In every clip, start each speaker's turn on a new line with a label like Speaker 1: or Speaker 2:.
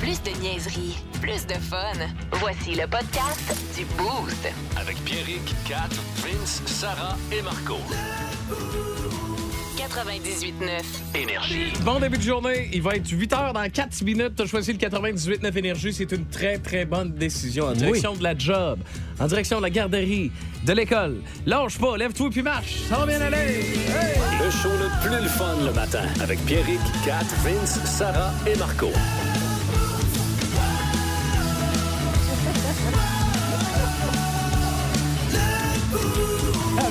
Speaker 1: Plus de niaiserie, plus de fun. Voici le podcast du Boost.
Speaker 2: Avec Pierrick, Kat, Vince, Sarah et Marco.
Speaker 1: 98.9.
Speaker 2: Énergie.
Speaker 3: Bon début de journée. Il va être 8 h dans 4 minutes. Tu as choisi le 98.9 Énergie. C'est une très, très bonne décision. En direction de la job, en direction de la garderie, de l'école. Lâche pas, lève-toi puis marche. Ça va bien aller.
Speaker 2: Le show le plus le fun le matin. Avec Pierrick, Kat, Vince, Sarah et Marco.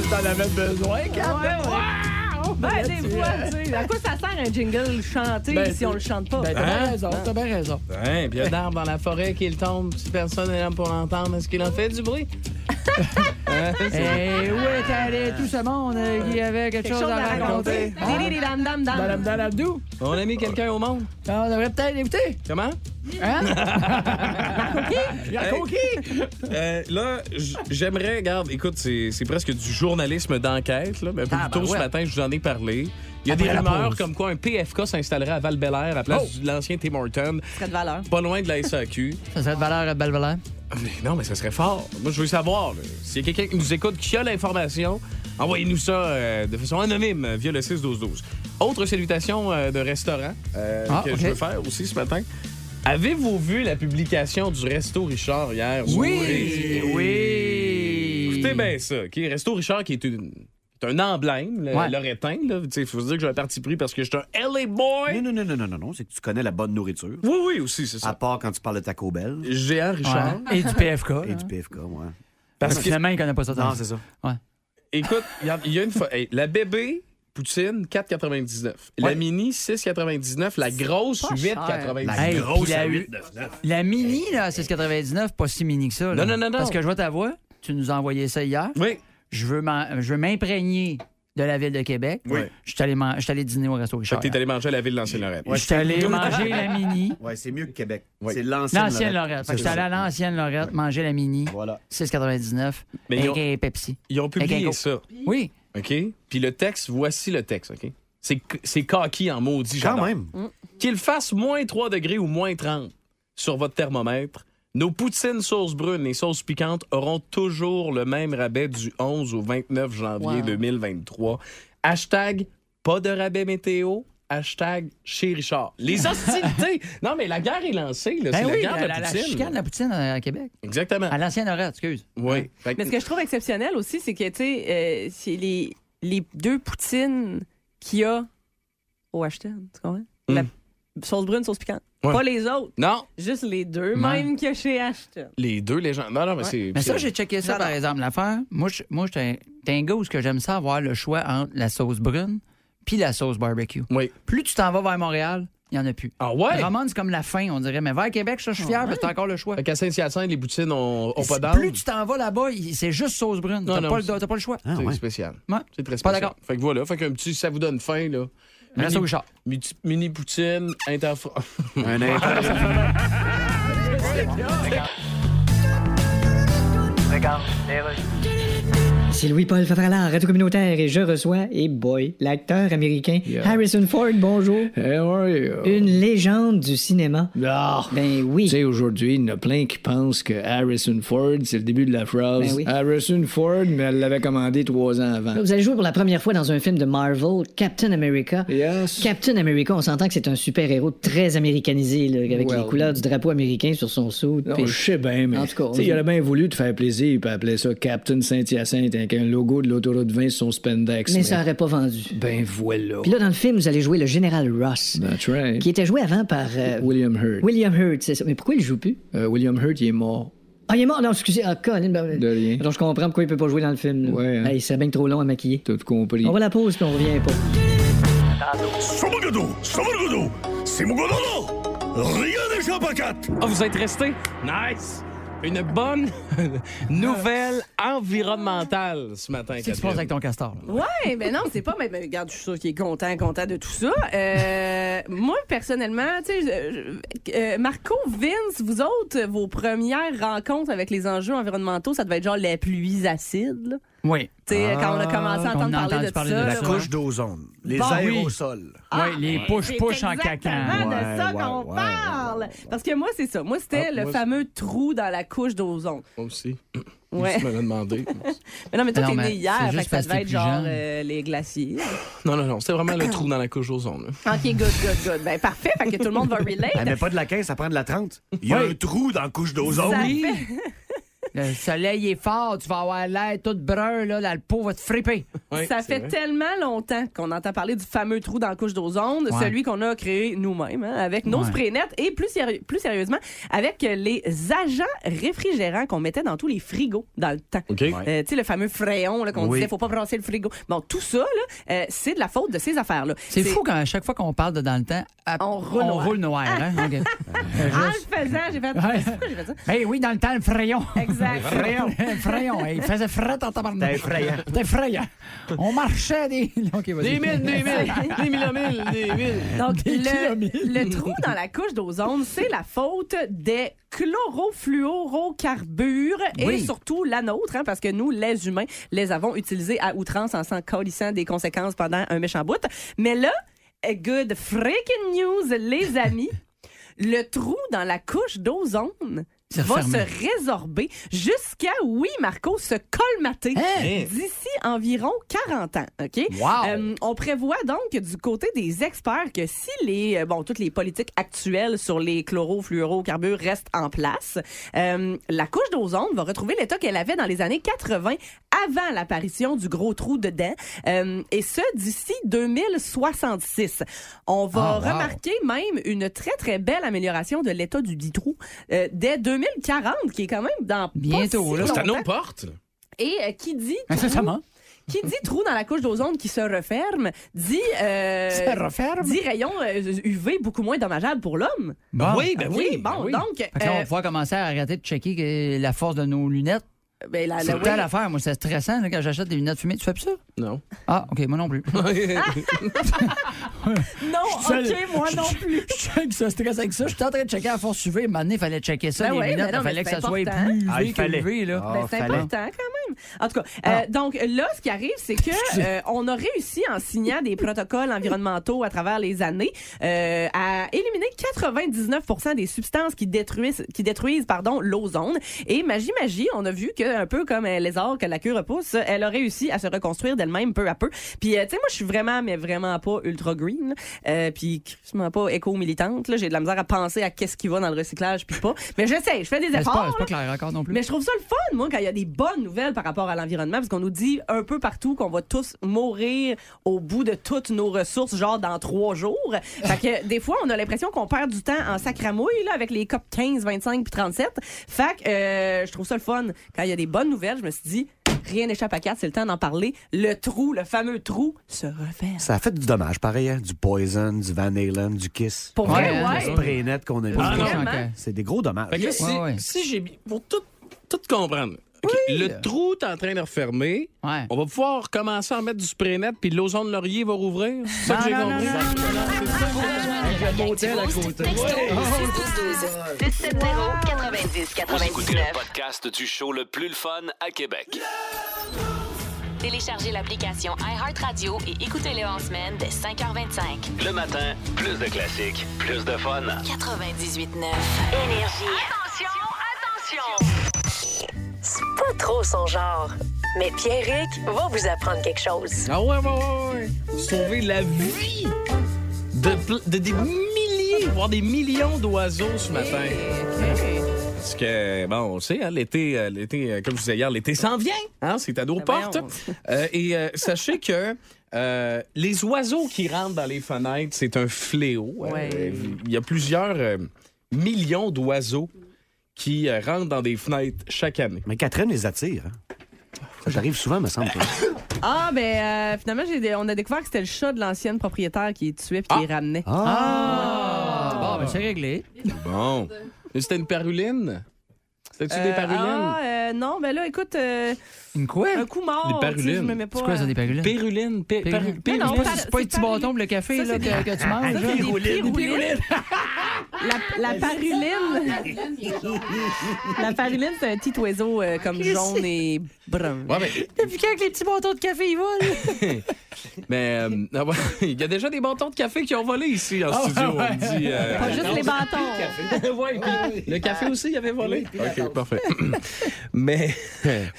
Speaker 3: T'en avais besoin,
Speaker 4: Ben, des fois, tu sais, à quoi ça sert un jingle chanté
Speaker 3: Ben,
Speaker 4: si on le chante pas?
Speaker 3: ben, Hein?
Speaker 5: t'as bien raison.
Speaker 3: Hein, puis il y a un arbre dans la forêt qui tombe. Si personne n'est là pour l'entendre, est-ce qu'il en fait du bruit? Hein, c'est-
Speaker 5: Et où est Eh allé tout ce monde euh, qui avait quelque,
Speaker 4: Quelque chose à raconter.
Speaker 5: Hein?
Speaker 4: Didi, didi, dam, dam, dam.
Speaker 5: Madame Dalabdou,
Speaker 3: On a mis quelqu'un au monde.
Speaker 5: on devrait peut-être l'écouter.
Speaker 3: Comment?
Speaker 5: Hein?
Speaker 3: Hey. Euh, là, j- j'aimerais, regarde, écoute, c'est c'est presque du journalisme d'enquête. là, mais Un peu plus tôt ce matin, je vous en ai parlé. Il y a des rumeurs comme quoi un PFK s'installerait à val à la place de l'ancien Tim Hortons,
Speaker 4: C'est de valeur.
Speaker 3: pas loin de la SAQ.
Speaker 5: Ça serait de valeur, de belle valeur.
Speaker 3: mais non, mais ça serait fort. Moi, je veux savoir. là. S'il y a quelqu'un qui nous écoute, qui a l'information, envoyez-nous ça euh, de façon anonyme euh, via le 6-12-12. Autre salutation euh, de restaurant euh,
Speaker 5: Ah,
Speaker 3: que
Speaker 5: ok.
Speaker 3: je veux faire aussi ce matin. Avez-vous vu la publication du Resto Richard hier? sur les-
Speaker 5: Oui!
Speaker 3: Écoutez bien ça. OK? Resto Richard, qui est, une- est un emblème, le,
Speaker 5: Ouais.
Speaker 3: loretain. Il faut se dire que j'ai un parti pris parce que je suis un LA boy.
Speaker 6: Non, non, non, non, non, non, non, c'est que tu connais la bonne nourriture.
Speaker 3: Oui, oui, aussi, c'est
Speaker 6: À
Speaker 3: ça.
Speaker 6: part quand tu parles de Taco Bell
Speaker 3: Géant Richard.
Speaker 5: Ah. Ouais. Et du PFK.
Speaker 6: et
Speaker 5: là.
Speaker 6: du PFK, moi.
Speaker 5: Parce
Speaker 3: que-
Speaker 5: que finalement, il connaît pas ça.
Speaker 6: Non, c'est ça.
Speaker 3: Écoute, il y a- il y, a une fois. hey, la bébé. Poutine, 4,99. La
Speaker 5: Ouais.
Speaker 3: mini, 6,99. La grosse,
Speaker 4: pas
Speaker 3: 8,99.
Speaker 5: Hey,
Speaker 6: grosse
Speaker 5: puis la
Speaker 6: à
Speaker 5: U-
Speaker 6: 8,99.
Speaker 5: La mini, là, 6,99, pas si mini que ça. là.
Speaker 3: Non, non, non, non.
Speaker 5: Parce que je vois ta voix, tu nous as envoyé ça hier.
Speaker 3: Oui.
Speaker 5: Je veux m'en- je veux m'imprégner de la ville de Québec.
Speaker 3: Oui.
Speaker 5: Je suis allé man- je suis allé dîner au resto
Speaker 3: Fait
Speaker 5: Richard.
Speaker 3: que t'es allé manger à la ville d'ancienne Lorette.
Speaker 5: Je suis allé manger la mini.
Speaker 6: Ouais, c'est mieux que Québec.
Speaker 3: Oui.
Speaker 6: C'est l'ancienne.
Speaker 5: L'ancienne
Speaker 6: Lorette.
Speaker 5: Lorette. Fait que j'étais allé à l'ancienne Lorette manger la mini.
Speaker 6: Voilà.
Speaker 5: 6,99.
Speaker 3: Mais ils ont-
Speaker 5: Et Pepsi.
Speaker 3: Ils ont
Speaker 5: Avec un
Speaker 3: publié
Speaker 5: go.
Speaker 3: ça.
Speaker 5: Oui.
Speaker 3: OK? Puis le texte, voici le texte, OK? C'est- C'est coquille en maudit,
Speaker 6: Quand
Speaker 3: j'adore.
Speaker 6: même.
Speaker 3: Qu'il fasse moins 3 degrés ou moins 30 sur votre thermomètre, nos poutines sauce brune et sauce piquante auront toujours le même rabais du 11 au 29
Speaker 4: Wow.
Speaker 3: janvier 2023. Hashtag pas de rabais météo. Hashtag chez Richard. Les hostilités! non, mais la guerre est lancée. là. C'est
Speaker 5: Ben
Speaker 3: la
Speaker 5: oui,
Speaker 3: guerre de
Speaker 5: la,
Speaker 3: la,
Speaker 5: la- la
Speaker 3: poutine.
Speaker 5: chicane de la poutine euh, à Québec.
Speaker 3: Exactement.
Speaker 5: À l'ancienne Lorette, excuse.
Speaker 3: Oui. Fait que-
Speaker 4: Mais ce que je trouve exceptionnel aussi, c'est que, tu sais, euh, c'est les, les deux poutines qu'il y a au Ashton, tu comprends? La sauce brune, sauce piquante.
Speaker 3: Ouais.
Speaker 4: Pas les autres,
Speaker 3: Non,
Speaker 4: juste les deux
Speaker 5: Ouais.
Speaker 4: mêmes qu'il y a chez Ashton.
Speaker 3: les deux légendes. Non, non, mais c'est.
Speaker 5: Mais ça,
Speaker 3: c'est-
Speaker 5: j'ai checké ça,
Speaker 4: J'adore.
Speaker 5: par exemple, l'affaire. Moi, je- moi, j'étais un- t'es un gars où ce que j'aime ça avoir le choix entre la sauce brune puis la sauce barbecue.
Speaker 3: Oui.
Speaker 5: Plus tu t'en vas vers Montréal, il n'y en a plus.
Speaker 3: Ah ouais?
Speaker 5: Drummond, c'est comme la fin, on dirait. Mais vers Québec, ça, je suis fier, parce que t'as encore le choix.
Speaker 3: Fait qu'à Saint-Hyacinthe, les poutines ont, ont pas
Speaker 5: Si-
Speaker 3: d'âme.
Speaker 5: plus tu t'en vas là-bas, il- c'est juste sauce brune.
Speaker 3: Non,
Speaker 5: T'as
Speaker 3: non,
Speaker 5: pas, le-
Speaker 3: c'est-
Speaker 5: t'as pas le choix.
Speaker 6: Ah,
Speaker 3: C'est
Speaker 6: ouais.
Speaker 3: spécial.
Speaker 5: Ouais.
Speaker 3: C'est très
Speaker 5: Pas
Speaker 3: spécial.
Speaker 5: d'accord.
Speaker 3: Fait que voilà, fait qu'un petit, ça vous donne faim, là.
Speaker 5: Reste au Richard.
Speaker 3: Mini, mini poutine, interfra...
Speaker 6: Un
Speaker 7: Euh,
Speaker 6: inter-
Speaker 8: C'est Louis-Paul Favralard, Radio Communautaire, et je reçois, et boy, l'acteur américain Harrison Ford, bonjour.
Speaker 9: Eh, How are you?
Speaker 8: Une légende du cinéma.
Speaker 9: Ah!
Speaker 8: Ben oui.
Speaker 9: Tu sais, aujourd'hui, il y en a plein qui pensent que Harrison Ford, c'est le début de la phrase.
Speaker 8: Ben oui.
Speaker 9: Harrison Ford, mais elle l'avait commandé trois ans avant.
Speaker 8: Là, vous allez jouer pour la première fois dans un film de Marvel, Captain America.
Speaker 9: Yes.
Speaker 8: Captain America, on s'entend que c'est un super-héros très américanisé, là, avec
Speaker 9: Well.
Speaker 8: les couleurs du drapeau américain sur son sou.
Speaker 9: Non,
Speaker 8: puis-
Speaker 9: je sais bien, mais
Speaker 8: En tout cas,
Speaker 9: tu sais, il aurait bien voulu te faire plaisir puis appeler ça Captain Saint-Hyacinthe avec un logo de l'autoroute 20 sur son spandex.
Speaker 8: mais ça aurait pas vendu.
Speaker 9: Ben voilà. Ben,
Speaker 8: Puis là, dans le film, vous allez jouer le général Ross,
Speaker 9: That's right.
Speaker 8: qui était joué avant par euh,
Speaker 9: William Hurt.
Speaker 8: William Hurt, c'est ça. Mais pourquoi il joue plus?
Speaker 9: Euh, William Hurt, il est mort.
Speaker 8: Ah, il est mort! Non, excusez. Ah, Colin, ben-
Speaker 9: De rien.
Speaker 8: Donc, je comprends pourquoi il peut pas jouer dans le film. là.
Speaker 9: Ouais, hein.
Speaker 8: Hey, c'est bien trop long à maquiller.
Speaker 9: T'as tout compris.
Speaker 8: On va à la pause, puis on revient pas.
Speaker 3: Ah, vous êtes restés? Nice! Une bonne nouvelle environnementale ce matin,
Speaker 5: Qu'est-ce que tu penses avec ton castor? là?
Speaker 4: Ouais, ben non, c'est pas. Mais, mais regarde, je suis sûr qu'il est content, content de tout ça. Euh, moi, personnellement, tu sais, je- je- euh, Marco, Vince, vous autres, vos premières rencontres avec les enjeux environnementaux, ça devait être genre la pluie acide. là.
Speaker 5: Oui.
Speaker 4: Tu sais, quand on a commencé à
Speaker 5: Ah, Qu'on
Speaker 4: entendre
Speaker 5: a
Speaker 4: parler
Speaker 5: entendu
Speaker 4: de
Speaker 5: parler
Speaker 4: ça, là,
Speaker 5: de la
Speaker 7: La
Speaker 5: Ouais.
Speaker 4: ouais.
Speaker 7: couche d'ozone. Les
Speaker 5: Bon, oui.
Speaker 7: aérosols.
Speaker 5: oui, les push-push en
Speaker 4: C'est
Speaker 5: cacan.
Speaker 4: exactement
Speaker 7: Ouais,
Speaker 4: de ça
Speaker 7: ouais,
Speaker 4: qu'on
Speaker 7: ouais,
Speaker 4: parle.
Speaker 7: ouais,
Speaker 4: Parce que moi, c'est ça. Moi, c'était
Speaker 3: Ah,
Speaker 4: le
Speaker 3: moi,
Speaker 4: fameux trou dans la couche d'ozone.
Speaker 3: Moi aussi.
Speaker 4: Ouais.
Speaker 3: Tu me l'as demandé.
Speaker 4: Mais non, mais toi,
Speaker 5: Non,
Speaker 4: t'es
Speaker 5: mais
Speaker 4: né hier,
Speaker 5: c'est
Speaker 4: fait que
Speaker 5: juste
Speaker 4: ça
Speaker 5: parce que
Speaker 4: devait
Speaker 5: t'es
Speaker 4: être
Speaker 5: plus
Speaker 4: genre
Speaker 5: jeune.
Speaker 4: euh, les glaciers.
Speaker 3: Non, non, non. C'était vraiment le trou dans la couche d'ozone. là.
Speaker 4: OK, good, good, good. Ben, parfait. Fait que tout le monde va relate.
Speaker 7: Elle met pas de la 15, ça prend de la 30. Il y a un trou dans la couche d'ozone.
Speaker 4: Ça
Speaker 5: Oui.
Speaker 4: fait-
Speaker 5: Le soleil est fort, tu vas avoir l'air tout brun, là, la- le peau va te fripper.
Speaker 3: Ouais,
Speaker 4: ça
Speaker 3: c'est
Speaker 4: fait
Speaker 3: vrai.
Speaker 4: tellement longtemps qu'on entend parler du fameux trou dans la couche d'ozone,
Speaker 5: Ouais.
Speaker 4: celui qu'on a créé nous-mêmes hein, avec nos
Speaker 5: Ouais.
Speaker 4: sprays nets et plus, séri- plus sérieusement avec euh, les agents réfrigérants qu'on mettait dans tous les frigos dans le temps.
Speaker 3: OK.
Speaker 4: Euh, tu sais, le fameux fréon là, qu'on
Speaker 7: Oui.
Speaker 4: disait, faut pas brasser le frigo. Bon, tout ça, là, euh, c'est de la faute de ces affaires-là.
Speaker 5: C'est fou quand à chaque fois qu'on parle de dans le temps, à-
Speaker 4: On roule noir.
Speaker 5: roule noir. hein? OK.
Speaker 4: En le faisant, j'ai fait,
Speaker 5: Ouais.
Speaker 4: Pourquoi j'ai fait ça.
Speaker 5: Eh oui, dans le temps, le frayon.
Speaker 4: Exact.
Speaker 5: Le frayon, eh, il faisait fret en tabarnak.
Speaker 7: C'était effrayant.
Speaker 5: C'était effrayant. On marchait des... OK, vas-y.
Speaker 3: Des mille, des mille, des mille, à mille, des mille.
Speaker 4: Donc,
Speaker 5: Des
Speaker 4: le,
Speaker 5: kilomètres.
Speaker 4: le trou dans la couche d'ozone, c'est la faute des chlorofluorocarbures et
Speaker 5: Oui.
Speaker 4: surtout la nôtre, hein, parce que nous, les humains, les avons utilisés à outrance en s'en colissant des conséquences pendant un méchant bout. Mais là, eh, good freaking news, les amis. Le trou dans la couche d'ozone
Speaker 5: C'est
Speaker 4: va se
Speaker 5: refermé.
Speaker 4: résorber jusqu'à, oui, Marco, se colmater
Speaker 5: Hein?
Speaker 4: d'ici environ 40 ans. OK?
Speaker 5: Wow.
Speaker 4: Euh, on prévoit donc du côté des experts que si les euh, bon toutes les politiques actuelles sur les chlorofluorocarbures restent en place, euh, la couche d'ozone va retrouver l'état qu'elle avait dans les années 80 avant l'apparition du gros trou dedans euh, et ce d'ici 2066. On va
Speaker 5: Ah, wow.
Speaker 4: remarquer même une très très belle amélioration de l'état du dit trou euh, dès 2040 qui est quand même dans pas
Speaker 5: Bientôt,
Speaker 4: si
Speaker 5: là.
Speaker 3: C'est à
Speaker 4: longtemps.
Speaker 3: nos portes.
Speaker 4: et euh, qui dit
Speaker 5: Incessamment.
Speaker 4: qui dit trou dans la couche d'ozone qui se referme dit euh,
Speaker 5: Ça referme.
Speaker 4: dit rayon euh, UV beaucoup moins dommageable pour l'homme.
Speaker 5: Bon.
Speaker 3: Oui, ben
Speaker 4: Ok,
Speaker 3: oui.
Speaker 4: bon, donc
Speaker 5: Fait que là, on
Speaker 4: euh,
Speaker 5: va pouvoir commencer à arrêter de checker que la force de nos lunettes.
Speaker 4: ben, la-
Speaker 5: C'est
Speaker 4: la-
Speaker 5: le
Speaker 4: oui.
Speaker 5: temps à l'affaire. Moi, c'est stressant là, quand j'achète des lunettes fumées. Tu fais plus ça?
Speaker 3: Non.
Speaker 5: Ah, OK, moi non plus.
Speaker 4: non,
Speaker 5: Je-
Speaker 4: OK, moi non plus.
Speaker 5: Je check ça, stress avec ça. Je suis en train de checker à force UV. Un moment donné, il fallait checker ça.
Speaker 4: Ben
Speaker 5: les
Speaker 4: ouais, ben
Speaker 5: lunettes,
Speaker 4: non,
Speaker 5: il
Speaker 4: mais
Speaker 5: fallait que
Speaker 4: c'est
Speaker 5: ça soit
Speaker 4: important.
Speaker 5: plus
Speaker 7: Ah, il
Speaker 5: UV que
Speaker 7: fallait.
Speaker 5: UV. Là.
Speaker 7: Ah,
Speaker 4: Ben, c'est
Speaker 7: fallait.
Speaker 4: important quand même. En tout cas,
Speaker 5: Ah.
Speaker 4: euh, donc là, ce qui arrive, c'est que euh, on a réussi en signant des protocoles environnementaux à travers les années euh, à éliminer 99% des substances qui détruisent, qui détruisent pardon l'ozone. Et magie magie, on a vu que un peu comme un lézard que la queue repousse, elle a réussi à se reconstruire d'elle-même peu à peu. Puis euh, tu sais, moi, je suis vraiment, mais vraiment pas ultra green, euh, puis crissement pas éco militante. J'ai de la misère à penser à qu'est-ce qui va dans le recyclage puis pas. Mais j'essaie, je fais des
Speaker 5: Mais C'est
Speaker 4: efforts.
Speaker 5: pas, c'est
Speaker 4: là.
Speaker 5: pas clair encore non plus.
Speaker 4: Mais je trouve ça le fun, moi, quand il y a des bonnes nouvelles par rapport à l'environnement, parce qu'on nous dit un peu partout qu'on va tous mourir au bout de toutes nos ressources, genre dans trois jours. Fait que des fois, on a l'impression qu'on perd du temps en sacramouille, là, avec les COP 15, 25 puis 37. Fait que euh, je trouve ça le fun. Quand il y a des bonnes nouvelles, je me suis dit, rien n'échappe à quatre, c'est le temps d'en parler. Le trou, le fameux trou, se referme.
Speaker 7: Ça a fait du dommage, pareil. hein? Du Poison, du Van Halen, du Kiss.
Speaker 4: Pour
Speaker 5: Ouais,
Speaker 4: vrai,
Speaker 5: hein,
Speaker 4: ouais.
Speaker 7: Le spray net qu'on a mis.
Speaker 5: Ah,
Speaker 3: non.
Speaker 5: ok.
Speaker 7: C'est des gros dommages.
Speaker 3: Fait que là, si,
Speaker 5: Ouais, ouais.
Speaker 3: si j'ai bien. Pour tout, tout comprendre, OK, le trou est en train de refermer.
Speaker 5: Ouais.
Speaker 3: On va pouvoir commencer à mettre du spray net, puis l'ozone laurier va rouvrir. C'est ça que j'ai compris.
Speaker 1: Rejoignez la gang du Boost. Texto au 612 90
Speaker 2: Vous écoutez le
Speaker 1: 99.
Speaker 2: podcast du show le plus le fun à Québec.
Speaker 1: Téléchargez l'application iHeartRadio et écoutez-le en semaine dès 5h25.
Speaker 2: Le matin, plus de classiques, plus de fun.
Speaker 1: 98.9. Énergie. Attention, attention!
Speaker 10: C'est pas trop son genre. Mais Pierrick va vous apprendre quelque chose.
Speaker 3: Ah ouais, ouais, ouais, ouais. Sauver la vie de, pl- de des milliers, voire des millions d'oiseaux ce matin. Parce que, bon, on le sait, hein, l'été, euh, l'été, euh, comme je disais hier, l'été s'en vient. Hein, c'est à nos
Speaker 4: Ben voyons.
Speaker 3: portes. Euh, et euh, sachez que euh, les oiseaux qui rentrent dans les fenêtres, c'est un fléau. Euh,
Speaker 4: Ouais.
Speaker 3: Il y a plusieurs euh, millions d'oiseaux qui euh, rentrent dans des fenêtres chaque année.
Speaker 7: Mais Catherine les attire. hein. Ça t'arrive souvent, me semble. toi.
Speaker 4: Ah, ben euh, finalement, j'ai, on a découvert que c'était le chat de l'ancienne propriétaire qui tuait puis qui les ramenait.
Speaker 5: Ah!
Speaker 7: Ah!
Speaker 5: Bon, ben, c'est réglé.
Speaker 3: Bon. Mais C'était une paruline? C'était-tu des
Speaker 4: Euh,
Speaker 3: parulines?
Speaker 4: ah, euh, non, ben là, écoute, euh,
Speaker 5: Une quoi?
Speaker 4: un coup mort.
Speaker 3: Des
Speaker 4: tu sais, Je me
Speaker 3: parulines.
Speaker 4: mets pas.
Speaker 5: C'est quoi ça, des pérulines?
Speaker 3: Péruline, pé-
Speaker 5: Pérulines.
Speaker 3: paru- péruline.
Speaker 4: non,
Speaker 5: C'est pas- c'est pas les petits
Speaker 4: c'est
Speaker 5: bâtons pour le café
Speaker 4: Ah, Ça,
Speaker 5: là,
Speaker 4: c'est
Speaker 5: que, que tu manges.
Speaker 4: Ça,
Speaker 5: là.
Speaker 4: c'est des piroulettes.
Speaker 5: Ah,
Speaker 4: La, la paruline. la paruline, c'est un petit oiseau euh, comme jaune et brun.
Speaker 3: Ouais, mais
Speaker 5: Depuis quand que les petits bâtons de café, ils volent?
Speaker 3: mais, euh, ah ouais, il y a déjà des bâtons de café qui ont volé ici en studio. On me dit. euh,
Speaker 4: Ah, Pas juste les bâtons.
Speaker 3: Ouais, puis le café aussi, il avait volé. OK, parfait. mais.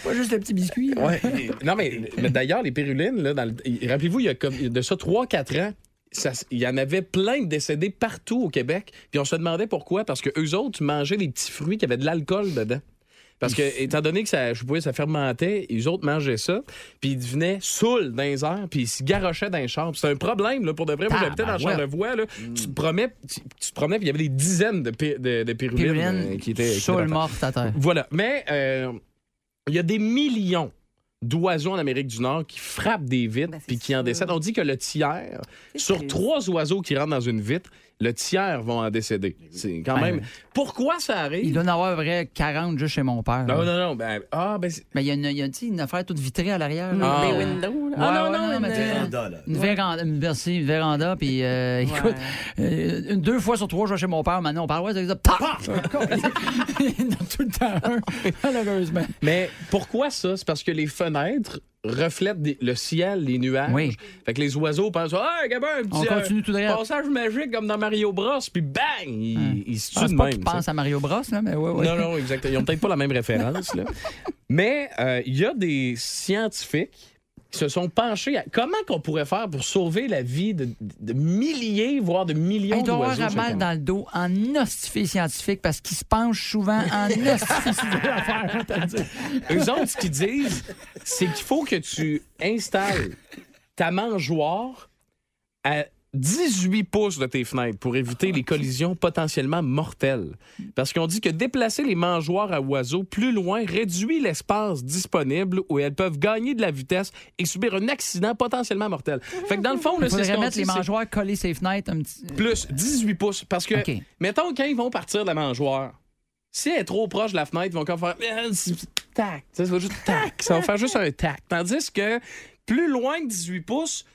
Speaker 5: Pas juste le petit biscuit. là.
Speaker 3: Ouais. Non, mais, mais d'ailleurs, les pérulines, là, dans le- rappelez-vous, il y a comme, de ça 3-4 ans, ça s- il y en avait plein de décédés partout au Québec. Puis on se demandait pourquoi. Parce que eux autres mangeaient des petits fruits qui avaient de l'alcool dedans. Parce que, étant donné que ça, je pouvais, ça fermentait, les autres mangeaient ça, puis ils devenaient saouls dans les airs, puis ils se garrochaient dans les chambres. C'est un problème, là, pour de vrai. Moi, j'habitais dans
Speaker 5: Tabarouette.
Speaker 3: Charlevoix, là. Tu te promenais, tu, tu te promenais, puis il y avait des dizaines de, pi- de, de pérulines, euh,
Speaker 5: Pyrulines,
Speaker 3: qui étaient. qui étaient
Speaker 5: saoul
Speaker 3: dans-
Speaker 5: mort à terre.
Speaker 3: voilà. Mais euh, il y a des millions d'oiseaux en Amérique du Nord qui frappent des vitres
Speaker 4: Ben, c'est
Speaker 3: puis qui en
Speaker 4: sûr.
Speaker 3: décèdent. On dit que le tiers,
Speaker 4: C'est
Speaker 3: sur
Speaker 4: triste.
Speaker 3: trois oiseaux qui rentrent dans une vitre, le tiers vont en décéder. C'est quand
Speaker 5: Ben
Speaker 3: même.
Speaker 5: oui.
Speaker 3: Pourquoi ça
Speaker 5: Il
Speaker 3: arrive?
Speaker 5: doit en avoir vrai 40 juste chez mon père.
Speaker 3: Non, non, non. ben, ah, ben, c'est-
Speaker 5: Mais il y a une, il y a, tu sais, une affaire toute vitrée à l'arrière. là.
Speaker 3: Ah.
Speaker 4: Des windows. là. Ah
Speaker 5: Ouais,
Speaker 4: non, non,
Speaker 5: ouais, non, mais
Speaker 4: une-
Speaker 5: t'es-
Speaker 6: Véranda, là.
Speaker 5: Une véranda, une- merci, une véranda, puis euh, écoute, euh, une, deux fois sur trois, je vais chez mon père, maintenant on parle, ouais, c'est ça, paf! Il y en a tout le temps un, malheureusement.
Speaker 3: Mais pourquoi ça? C'est parce que les fenêtres reflètent des- le ciel, les nuages.
Speaker 5: Oui.
Speaker 3: Fait que les oiseaux pensent, ah, il y avait un petit
Speaker 5: On continue tout de
Speaker 3: euh,
Speaker 5: suite.
Speaker 3: passage magique comme dans Mario Bros, puis bang! Ils, ils se
Speaker 5: Je
Speaker 3: tuent
Speaker 5: pense
Speaker 3: de
Speaker 5: Hein. Ah, pas
Speaker 3: même.
Speaker 5: qu'ils
Speaker 3: tu sais.
Speaker 5: pensent à Mario Bros, là, mais ouais, ouais.
Speaker 3: Non, non, exactement. Ils n'ont peut-être pas la même référence. là. Mais euh, il y a des scientifiques qui se sont penchés à comment qu'on pourrait faire pour sauver la vie de, de milliers, voire de millions
Speaker 5: Il doit
Speaker 3: d'oiseaux.
Speaker 5: avoir
Speaker 3: chaque
Speaker 5: mal
Speaker 3: année.
Speaker 5: dans le dos en hostifie scientifique parce qu'il se penche souvent en
Speaker 3: Ah,
Speaker 5: hostifie sur des affaires, t'as dit.
Speaker 3: Eux autres, ce qu'ils disent, c'est qu'il faut que tu installes ta mangeoire à 18 pouces de tes fenêtres pour éviter les collisions potentiellement mortelles. Parce qu'on dit que déplacer les mangeoires à oiseaux plus loin réduit l'espace disponible où elles peuvent gagner de la vitesse et subir un accident potentiellement mortel. Fait que dans le fond, là,
Speaker 5: Il
Speaker 3: c'est ce
Speaker 5: faudrait
Speaker 3: qu'on
Speaker 5: mettre
Speaker 3: dit,
Speaker 5: les
Speaker 3: c'est
Speaker 5: mangeoires collés ses fenêtres un petit...
Speaker 3: plus 18 pouces. Parce que,
Speaker 5: OK.
Speaker 3: mettons, quand ils vont partir de la mangeoire, si elle est trop proche de la fenêtre, ils vont comme faire euh, c'est- tac. Tu sais, Ça va juste tac. Ça va faire juste un tac. Tandis que plus loin que 18 pouces,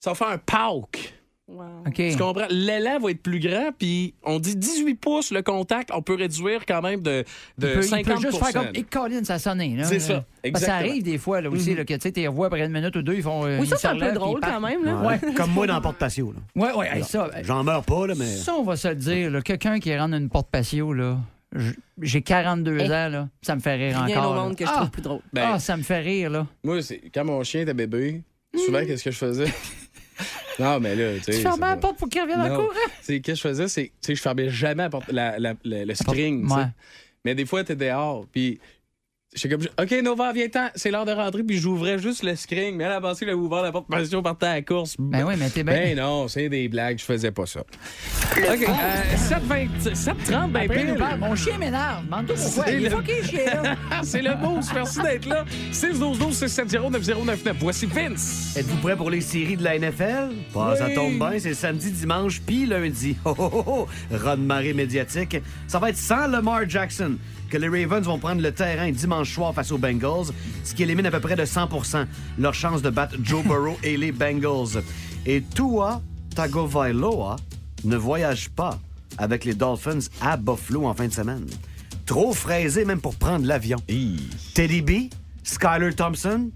Speaker 3: ça va faire un pauk.
Speaker 4: Wow.
Speaker 5: OK.
Speaker 3: Tu comprends? L'élan va être plus grand, puis on dit 18 pouces, le contact, on peut réduire quand même de, de
Speaker 5: Il peut- il
Speaker 3: 50
Speaker 5: peut juste faire comme. Et Colin, ça a sonné. là. euh,
Speaker 3: C'est ça,
Speaker 5: Parce que
Speaker 3: exactement. Mhm.
Speaker 5: ça arrive des fois, là aussi, là, que tu sais, tes voix après une minute ou deux, ils font. euh,
Speaker 4: Oui, ça,
Speaker 5: ils se
Speaker 4: c'est un peu
Speaker 5: relèvent,
Speaker 4: drôle
Speaker 5: puis ils
Speaker 4: quand même. Là.
Speaker 7: Ouais, Comme moi dans le porte-patio. là.
Speaker 5: partent. Ouais, ouais, hey, ça. euh,
Speaker 7: J'en meurs pas, là, mais.
Speaker 5: Ça, on va se le dire, là, quelqu'un qui rentre une porte patio, là. j- J'ai 42
Speaker 4: Eh.
Speaker 5: ans, là. Ça me fait rire
Speaker 4: Rien
Speaker 5: encore.
Speaker 4: au
Speaker 5: là.
Speaker 4: monde que je
Speaker 5: ah,
Speaker 4: trouve plus drôle.
Speaker 3: Ben,
Speaker 5: ah, ça me fait rire, là.
Speaker 3: Moi, c'est- quand mon chien était bébé, souvent, qu'est-ce que je faisais? non, mais là, tu
Speaker 5: Hmm. Tu
Speaker 3: sais. c'est
Speaker 5: fermes la
Speaker 3: pas-
Speaker 5: porte pour qu'il revienne en
Speaker 3: Non.
Speaker 5: courant.
Speaker 3: C'est qu'est-ce que je faisais, c'est, tu sais, je fermais jamais la porte- la- la- la- le string. tu sais.
Speaker 5: Ouais.
Speaker 3: Mais des fois, t'es dehors, puis j'étais comme, OK, Nova, viens-t'en, c'est l'heure de rentrer, puis j'ouvrais juste le string. Mais elle a pensé que j'avais ouvert la porte parce qu'on partait à la course.
Speaker 5: Ben oui, mais t'es bien.
Speaker 3: Ben non, c'est des blagues, je faisais pas ça. OK, euh, 7,20 7,30, ben
Speaker 5: Après, il nous
Speaker 3: pile.
Speaker 5: parle, Mon chien m'énerve. Demande-toi pourquoi.
Speaker 3: C'est
Speaker 5: Il est
Speaker 3: le-
Speaker 5: fucké, le chien, là.
Speaker 3: c'est le boost, merci d'être là. 612-12-670-9099, voici Vince.
Speaker 7: Êtes-vous prêt pour les séries de la NFL? Bah, Ça
Speaker 3: Oui.
Speaker 7: tombe bien, c'est samedi, dimanche, puis lundi. Oh, oh, oh, oh. Raz de marée médiatique. Ça va être sans Lamar Jackson que les Ravens vont prendre le terrain dimanche soir face aux Bengals, ce qui élimine à peu près de 100 leur chance de battre Joe Burrow et les Bengals. Et Tua Tagovailoa ne voyage pas avec les Dolphins à Buffalo en fin de semaine. Trop fraisé même pour prendre l'avion. Teddy B, Skyler Thompson,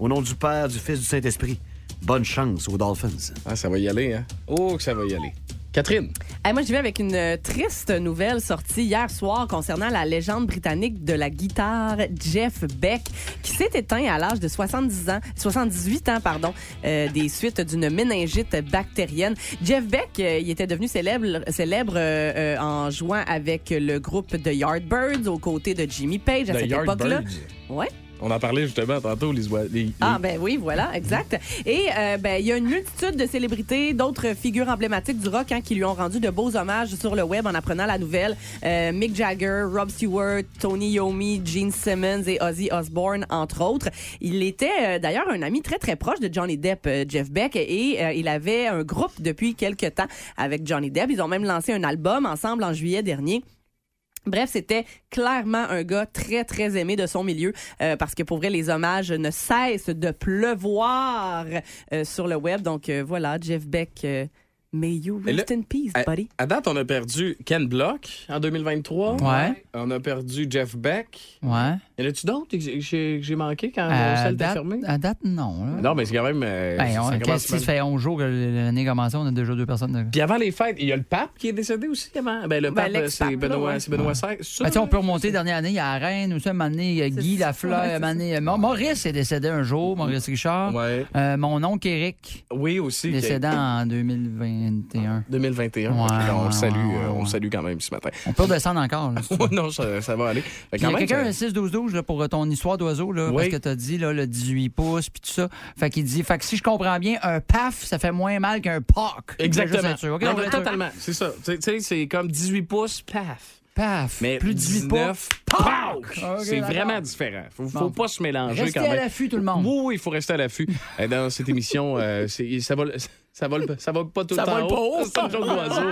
Speaker 7: au nom du Père, du Fils, du Saint-Esprit, bonne chance aux Dolphins.
Speaker 3: Ah, ça va y aller, hein? Oh, que ça va y aller. Catherine.
Speaker 4: Eh, moi, je vais avec une euh, triste nouvelle sortie hier soir concernant la légende britannique de la guitare Jeff Beck, qui s'est éteint à l'âge de 70 ans, 78 ans, pardon, euh, des suites d'une méningite bactérienne. Jeff Beck, euh, il était devenu célèbre, célèbre euh, euh, en jouant avec le groupe de Yardbirds aux côtés de Jimmy Page à
Speaker 3: The
Speaker 4: cette époque-là.
Speaker 3: Yardbirds.
Speaker 4: Ouais.
Speaker 3: On en parlait justement tantôt, les, oise- les- les-
Speaker 4: Ah ben oui, voilà, exact. Et euh, ben il y a une multitude de célébrités, d'autres figures emblématiques du rock hein, qui lui ont rendu de beaux hommages sur le web en apprenant la nouvelle. Euh, Mick Jagger, Rob Stewart, Tony Yomi, Gene Simmons et Ozzy Osbourne entre autres. Il était euh, d'ailleurs un ami très très proche de Johnny Depp, euh, Jeff Beck, et euh, il avait un groupe depuis quelques temps avec Johnny Depp. Ils ont même lancé un album ensemble en juillet dernier. Bref, c'était clairement un gars très, très aimé de son milieu euh, parce que pour vrai, les hommages ne cessent de pleuvoir euh, sur le web. Donc euh, voilà, Jeff Beck, euh, May you
Speaker 3: Et là-
Speaker 4: rest in peace,
Speaker 3: À,
Speaker 4: buddy.
Speaker 3: à date, on a perdu Ken Block en 2023.
Speaker 5: Ouais.
Speaker 3: On a perdu Jeff Beck.
Speaker 5: Ouais. Euh,
Speaker 3: Y en a-tu d'autres que j'ai- j'ai que j'ai manqué quand la
Speaker 5: À
Speaker 3: Ah, salle était
Speaker 5: date,
Speaker 3: fermée?
Speaker 5: à date, non. là.
Speaker 3: Non, mais c'est quand même. euh,
Speaker 5: Ben,
Speaker 3: ça-
Speaker 5: on-
Speaker 3: ça
Speaker 5: qu'est-ce
Speaker 3: commence
Speaker 5: que ça
Speaker 3: mal.
Speaker 5: fait 11 jours que l'année a commencé, on a déjà deux personnes. De...
Speaker 3: Puis avant les fêtes, il y a le pape qui est décédé aussi avant. Ben, le
Speaker 4: Ben,
Speaker 3: pape,
Speaker 4: l'ex-pape,
Speaker 3: c'est
Speaker 4: là,
Speaker 3: Benoît,
Speaker 4: ouais.
Speaker 3: c'est Benoît XVI. Ça,
Speaker 5: Ben, tu sais, on peut remonter dernière année, il y a la Reine, ou ça, Mané, Guy
Speaker 4: ça,
Speaker 5: Lafleur,
Speaker 4: ouais, c'est
Speaker 5: Mané, Mo- Maurice est décédé un jour, Maurice Richard.
Speaker 3: Ouais.
Speaker 5: Euh, mon oncle Eric,
Speaker 3: Oui, aussi. qui-
Speaker 5: décédant en 2021.
Speaker 3: 2021.
Speaker 5: Ouais,
Speaker 3: Ok, là, on
Speaker 5: ouais,
Speaker 3: le salue,
Speaker 5: ouais,
Speaker 3: euh,
Speaker 5: ouais,
Speaker 3: on
Speaker 5: ouais.
Speaker 3: le salue quand même ce matin.
Speaker 5: On peut redescendre encore. là, si tu veux.
Speaker 3: Ouais, non, ça, ça va aller. Fait
Speaker 5: Puis Il y a
Speaker 3: quand même,
Speaker 5: quelqu'un,
Speaker 3: ça-
Speaker 5: 6-12-12, là, pour euh, ton histoire d'oiseau, là,
Speaker 3: Oui.
Speaker 5: parce que t'as dit là, le 18 pouces, puis tout ça. Fait qu'il dit, fait que si je comprends bien, un paf, ça fait moins mal qu'un poc. Je voulais
Speaker 3: Exactement.
Speaker 5: juste être sûr. OK, on
Speaker 3: Non,
Speaker 5: voulait
Speaker 3: mais
Speaker 5: être sûr.
Speaker 3: totalement. C'est ça. Tu sais- tu sais, c'est comme 18 pouces, paf.
Speaker 5: Paf,
Speaker 3: Mais
Speaker 5: plus de 18 pouces.
Speaker 3: 19, poc!
Speaker 5: Ok,
Speaker 3: c'est
Speaker 5: d'accord.
Speaker 3: vraiment différent. Faut, faut
Speaker 5: Bon.
Speaker 3: pas se mélanger
Speaker 5: Restez
Speaker 3: quand même.
Speaker 5: à l'affût, tout le monde.
Speaker 3: Oui, oui, il faut rester à l'affût. Euh, Dans cette émission, euh, c'est- ça vole, ça vole, ça vole pas tout
Speaker 5: Ça
Speaker 3: le temps.
Speaker 5: vole pas haut.
Speaker 3: C'est une joke d'oiseau.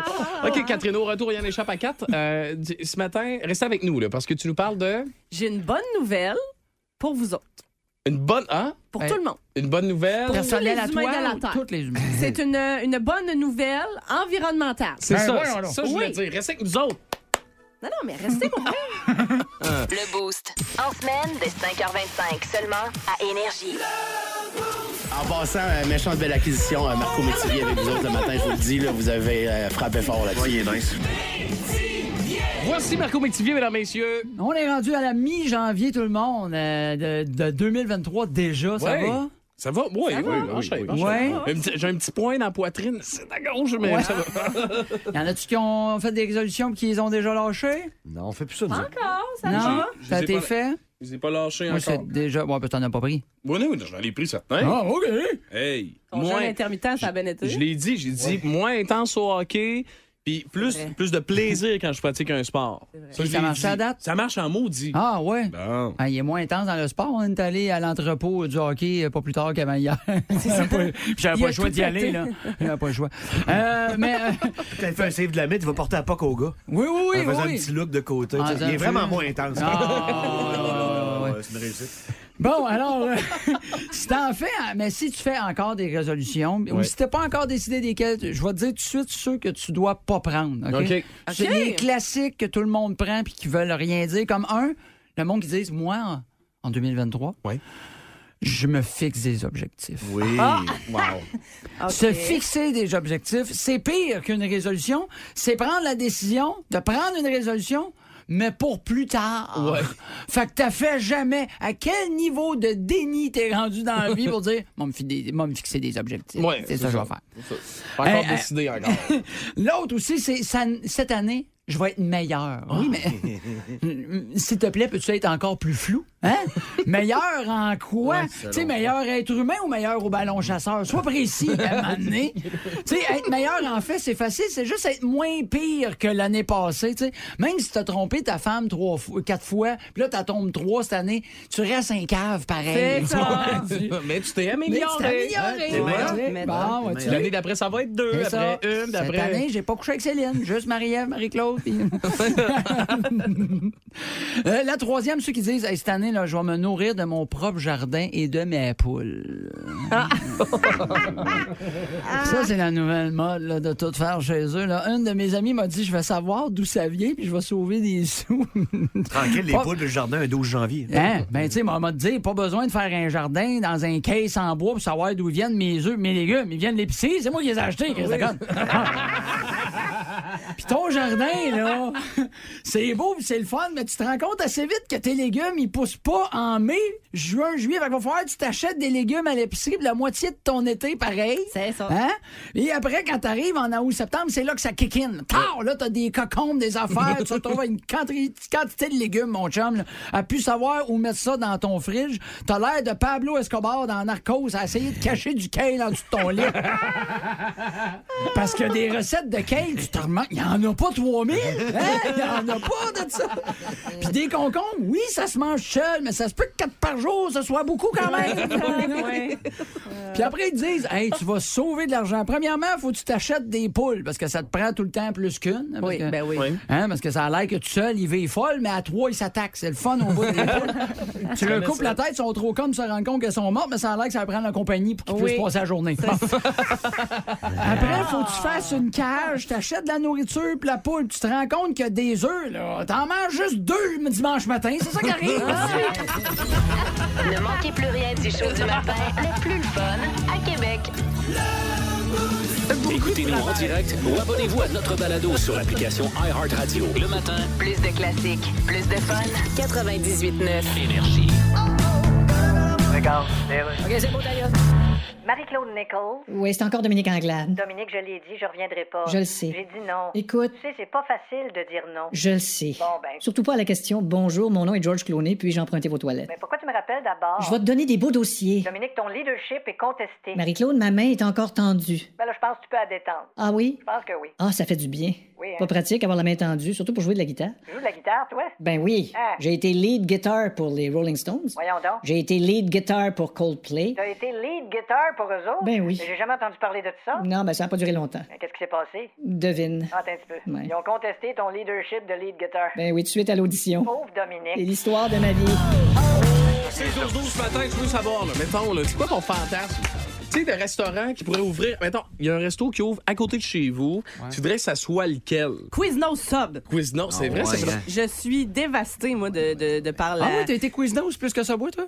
Speaker 3: OK, Catherine, au retour, il y en échappe à quatre. Euh, d- ce matin, restez avec nous, là, parce que tu nous parles de.
Speaker 4: J'ai une bonne nouvelle pour vous autres,
Speaker 3: Une bonne. Hein?
Speaker 4: pour
Speaker 5: Hey.
Speaker 4: tout le monde.
Speaker 3: Une bonne nouvelle.
Speaker 4: Pour- tous
Speaker 5: Personnel
Speaker 4: les
Speaker 5: à
Speaker 4: humains
Speaker 5: toi
Speaker 4: de la
Speaker 5: ou
Speaker 4: Terre.
Speaker 5: toutes les humains?
Speaker 4: C'est une, euh, une bonne nouvelle environnementale.
Speaker 3: C'est
Speaker 5: Ben,
Speaker 3: ça.
Speaker 5: voyons donc.
Speaker 3: Ça, je voulais
Speaker 4: Oui.
Speaker 3: dire. Restez avec nous autres.
Speaker 4: Non, non, mais restez pour vrai.
Speaker 1: Le Boost. En semaine, dès 5h25, seulement à Énergie.
Speaker 11: En passant, euh, méchante belle acquisition, euh, Marco Métivier avec vous autres le matin, je vous le dis, là, vous avez euh, frappé fort là-dessus.
Speaker 3: Voici Marco Métivier, mesdames, messieurs.
Speaker 5: On est rendu à la mi-janvier, tout le monde, euh, de, de 2023 déjà, ça
Speaker 3: Ouais.
Speaker 5: va?
Speaker 3: Ça va? Oui, oui, enchaîne, enchaîne.
Speaker 5: Ouais.
Speaker 3: Un petit- J'ai un petit point dans la poitrine. C'est à gauche, mais ça va.
Speaker 5: Y en a-tu qui ont fait des résolutions puis qui les ont déjà lâchées?
Speaker 7: Non, on fait plus ça, nous autres.
Speaker 4: Encore, ça
Speaker 5: Non?
Speaker 4: va?
Speaker 5: Ça a
Speaker 3: Je les ai
Speaker 5: été
Speaker 3: pas-
Speaker 5: fait?
Speaker 3: Je les ai pas lâchés
Speaker 5: Moi,
Speaker 3: encore.
Speaker 5: c'est déjà. Ouais, peut-être t'en as pas pris.
Speaker 3: Oui, non, j'en ai pris certains.
Speaker 5: OK.
Speaker 3: Hey,
Speaker 4: Ton jeûne intermittent, ça a bien été.
Speaker 3: Je l'ai dit, j'ai dit moins intense au hockey, puis plus,
Speaker 4: vrai.
Speaker 3: plus de plaisir quand je pratique un sport.
Speaker 5: Puis
Speaker 3: je
Speaker 5: ça
Speaker 3: l'ai
Speaker 5: marche à
Speaker 3: dit.
Speaker 5: date?
Speaker 3: Ça marche en maudit.
Speaker 5: Ah, ouais.
Speaker 3: Bon.
Speaker 5: Ah, il est moins intense dans le sport. On est allé à l'entrepôt du hockey euh, pas plus tard qu'avant hier. J'avais pas, j'avais
Speaker 4: Il
Speaker 5: pas
Speaker 4: a
Speaker 5: le choix
Speaker 4: tout
Speaker 5: d'y aller,
Speaker 4: pété.
Speaker 5: là. J'avais pas le choix. Euh, mais. euh,
Speaker 7: T'as fait un save de la mythe, il va porter à POC au gars.
Speaker 5: oui, oui, oui.
Speaker 7: en faisant
Speaker 5: oui.
Speaker 7: un petit look de côté.
Speaker 5: Ah,
Speaker 7: tu sais. il
Speaker 5: ça-
Speaker 7: est vraiment moins intense.
Speaker 5: Ah, ouais, ouais, ouais, ouais.
Speaker 7: Ouais, c'est une réussite.
Speaker 5: Bon, alors, euh, si t'en fais, hein, mais si tu fais encore des résolutions, ou si t'as pas encore décidé desquelles, je vais te dire tout de suite ceux que tu dois pas prendre. OK?
Speaker 3: OK.
Speaker 5: C'est
Speaker 4: OK.
Speaker 5: les classiques que tout le monde prend puis qui veulent rien dire. Comme un, le monde qui dit Moi, en- en 2023,
Speaker 3: Ouais.
Speaker 5: je me fixe des objectifs.
Speaker 7: Oui. Wow.
Speaker 4: Ok.
Speaker 5: Se fixer des objectifs, c'est pire qu'une résolution. C'est prendre la décision de prendre une résolution, mais pour plus tard.
Speaker 3: Ouais.
Speaker 5: Fait que t'as fait jamais. À quel niveau de déni t'es rendu dans la vie pour dire, moi, me fi- des- moi, me fixer des objectifs.
Speaker 3: Ouais,
Speaker 5: c'est
Speaker 3: c'est
Speaker 5: ça que je
Speaker 3: ça.
Speaker 5: vais faire.
Speaker 3: Pas encore
Speaker 5: Hey,
Speaker 3: décidé encore.
Speaker 5: L'autre aussi, c'est ça- cette année, je vais être meilleur. Oui, mais s'il te plaît, peux-tu être encore plus flou? Hein? meilleur en quoi? tu sais, meilleur être humain ou meilleur au ballon chasseur? Sois précis à un moment donné. Tu sais, être meilleur, en fait, c'est facile. C'est juste être moins pire que l'année passée. tu sais. Même si t'as trompé ta femme trois fois, quatre fois, puis là, t'as tombé trois cette année, tu restes un cave pareil.
Speaker 4: C'est ça.
Speaker 3: mais tu t'es
Speaker 5: Mais tu t'es
Speaker 3: amélioré.
Speaker 5: amélioré.
Speaker 7: T'es meilleur.
Speaker 5: Tu sais,
Speaker 4: T'es
Speaker 5: bon, ouais, tu
Speaker 3: L'année d'après, ça va être deux,
Speaker 5: c'est
Speaker 3: après
Speaker 5: ça.
Speaker 3: une,
Speaker 5: Cette
Speaker 3: d'après.
Speaker 5: année, j'ai pas couché avec Céline, juste Marie-Ève, Marie-Claude. puis- Euh, la troisième, ceux qui disent Hey, cette année, là, je vais me nourrir de mon propre jardin et de mes poules. ça, c'est la nouvelle mode là, de tout faire chez eux. Là. Une de mes amies m'a dit Je vais savoir d'où ça vient, puis je vais sauver des sous.
Speaker 7: Tranquille, les
Speaker 5: Pas-
Speaker 7: poules du jardin, un 12 janvier.
Speaker 5: Hein? Ben, tu sais, on m'a dit, pas besoin de faire un jardin dans un case en bois pour savoir d'où viennent mes œufs, mes légumes. Ils viennent de l'épicerie, c'est moi qui les ai achetés, Chris
Speaker 3: Ah
Speaker 5: de conne. Puis ton jardin, là, c'est beau, puis c'est le fun, mais tu te rends compte assez vite que tes légumes, ils poussent pas en mai, juin, juillet. Fait qu'il va falloir que tu t'achètes des légumes à l'épicerie pour la moitié de ton été, pareil.
Speaker 4: C'est ça.
Speaker 5: Hein? Et après, quand t'arrives en août, septembre, c'est là que ça kick in. Tard, là, t'as des cocombes, des affaires, tu te retrouves avec une quantri- quantité de légumes, mon chum, là, à plus savoir où mettre ça dans ton frige. T'as l'air de Pablo Escobar dans Narcos à essayer de cacher du kale en dessous de ton lit. Parce que des recettes de kale, tu te remanges il n'y en a pas 3000. Hein? Il n'y en a pas de ça. Puis des concombres, oui, ça se mange seul, mais ça se peut que 4 par jour, ce soit beaucoup quand même.
Speaker 4: Ouais.
Speaker 5: Puis après, ils disent, hey, tu vas sauver de l'argent. Premièrement, faut que tu t'achètes des poules parce que ça te prend tout le temps plus qu'une. Parce
Speaker 4: Oui,
Speaker 5: que-
Speaker 4: ben oui.
Speaker 5: Hein, parce que ça a l'air que tout seul, il vit folle, mais à trois, il s'attaque. C'est le fun au bout des poules. tu leur coupes la tête, ils sont trop comme, se rendent compte qu'elles sont mortes, mais ça a l'air que ça va prendre la compagnie pour qu'ils
Speaker 4: Oui.
Speaker 5: puissent passer la journée. Après, faut que tu fasses une cage, t'achètes de la nourriture, puis la poule, puis tu te rends compte qu'il y a des œufs, là. T'en manges juste deux le dimanche matin, c'est ça qui arrive.
Speaker 1: Ne manquez plus rien du show du matin, le plus le fun à Québec.
Speaker 2: Écoutez-nous en direct ou abonnez-vous à notre balado sur l'application iHeartRadio. Le matin,
Speaker 1: Plus de classiques, plus de fun. 98.9.
Speaker 2: énergie.
Speaker 12: Marie-Claude Nichols.
Speaker 8: Oui, c'est encore Dominique Anglade.
Speaker 12: Dominique, je l'ai dit, je reviendrai pas.
Speaker 8: Je le sais.
Speaker 12: J'ai dit non.
Speaker 8: Écoute.
Speaker 12: Tu sais, c'est pas facile de dire non.
Speaker 8: Je le sais.
Speaker 12: Bon, ben.
Speaker 8: Surtout pas à la question Bonjour, mon nom est George Clooney, puis j'ai emprunté vos toilettes.
Speaker 12: Mais pourquoi tu me rappelles d'abord?
Speaker 8: Je vais te donner des beaux dossiers.
Speaker 12: Dominique, ton leadership est contesté.
Speaker 8: Marie-Claude, ma main est encore tendue.
Speaker 12: Ben là, je pense que tu peux la détendre.
Speaker 8: Ah oui?
Speaker 12: Je pense que oui.
Speaker 8: Ah, ça fait du bien.
Speaker 12: Oui, hein.
Speaker 8: Pas pratique avoir la main tendue, surtout pour jouer de la guitare.
Speaker 12: Tu joues de la guitare, toi?
Speaker 8: Ben oui,
Speaker 12: Ah.
Speaker 8: j'ai été lead guitar pour les Rolling Stones.
Speaker 12: Voyons donc.
Speaker 8: J'ai été lead guitar pour Coldplay.
Speaker 12: T'as été lead guitar pour eux autres?
Speaker 8: Ben oui.
Speaker 12: Mais J'ai jamais entendu parler de ça.
Speaker 8: Non, ben ça n'a pas duré longtemps.
Speaker 12: Mais Qu'est-ce qui s'est passé?
Speaker 8: Devine.
Speaker 12: Attends un petit peu.
Speaker 8: Ouais.
Speaker 12: Ils ont contesté ton leadership de lead guitar.
Speaker 8: Ben oui, tout de suite à l'audition.
Speaker 12: Pauvre Dominique.
Speaker 8: C'est l'histoire de ma vie.
Speaker 3: C'est 12-12 ce matin, je veux savoir, là, mettons, là, c'est quoi ton fantasme? Tu sais, des restaurants qui pourraient ouvrir. Mettons, il y a un resto qui ouvre à côté de chez vous. Tu voudrais que ça soit lequel?
Speaker 4: Quiznos Sub.
Speaker 3: Quiznos, c'est vrai, c'est vrai.
Speaker 4: Je suis dévastée, moi, de, de, de par la-
Speaker 5: Ah oui, t'as été Quiznos plus que ça, bois, toi?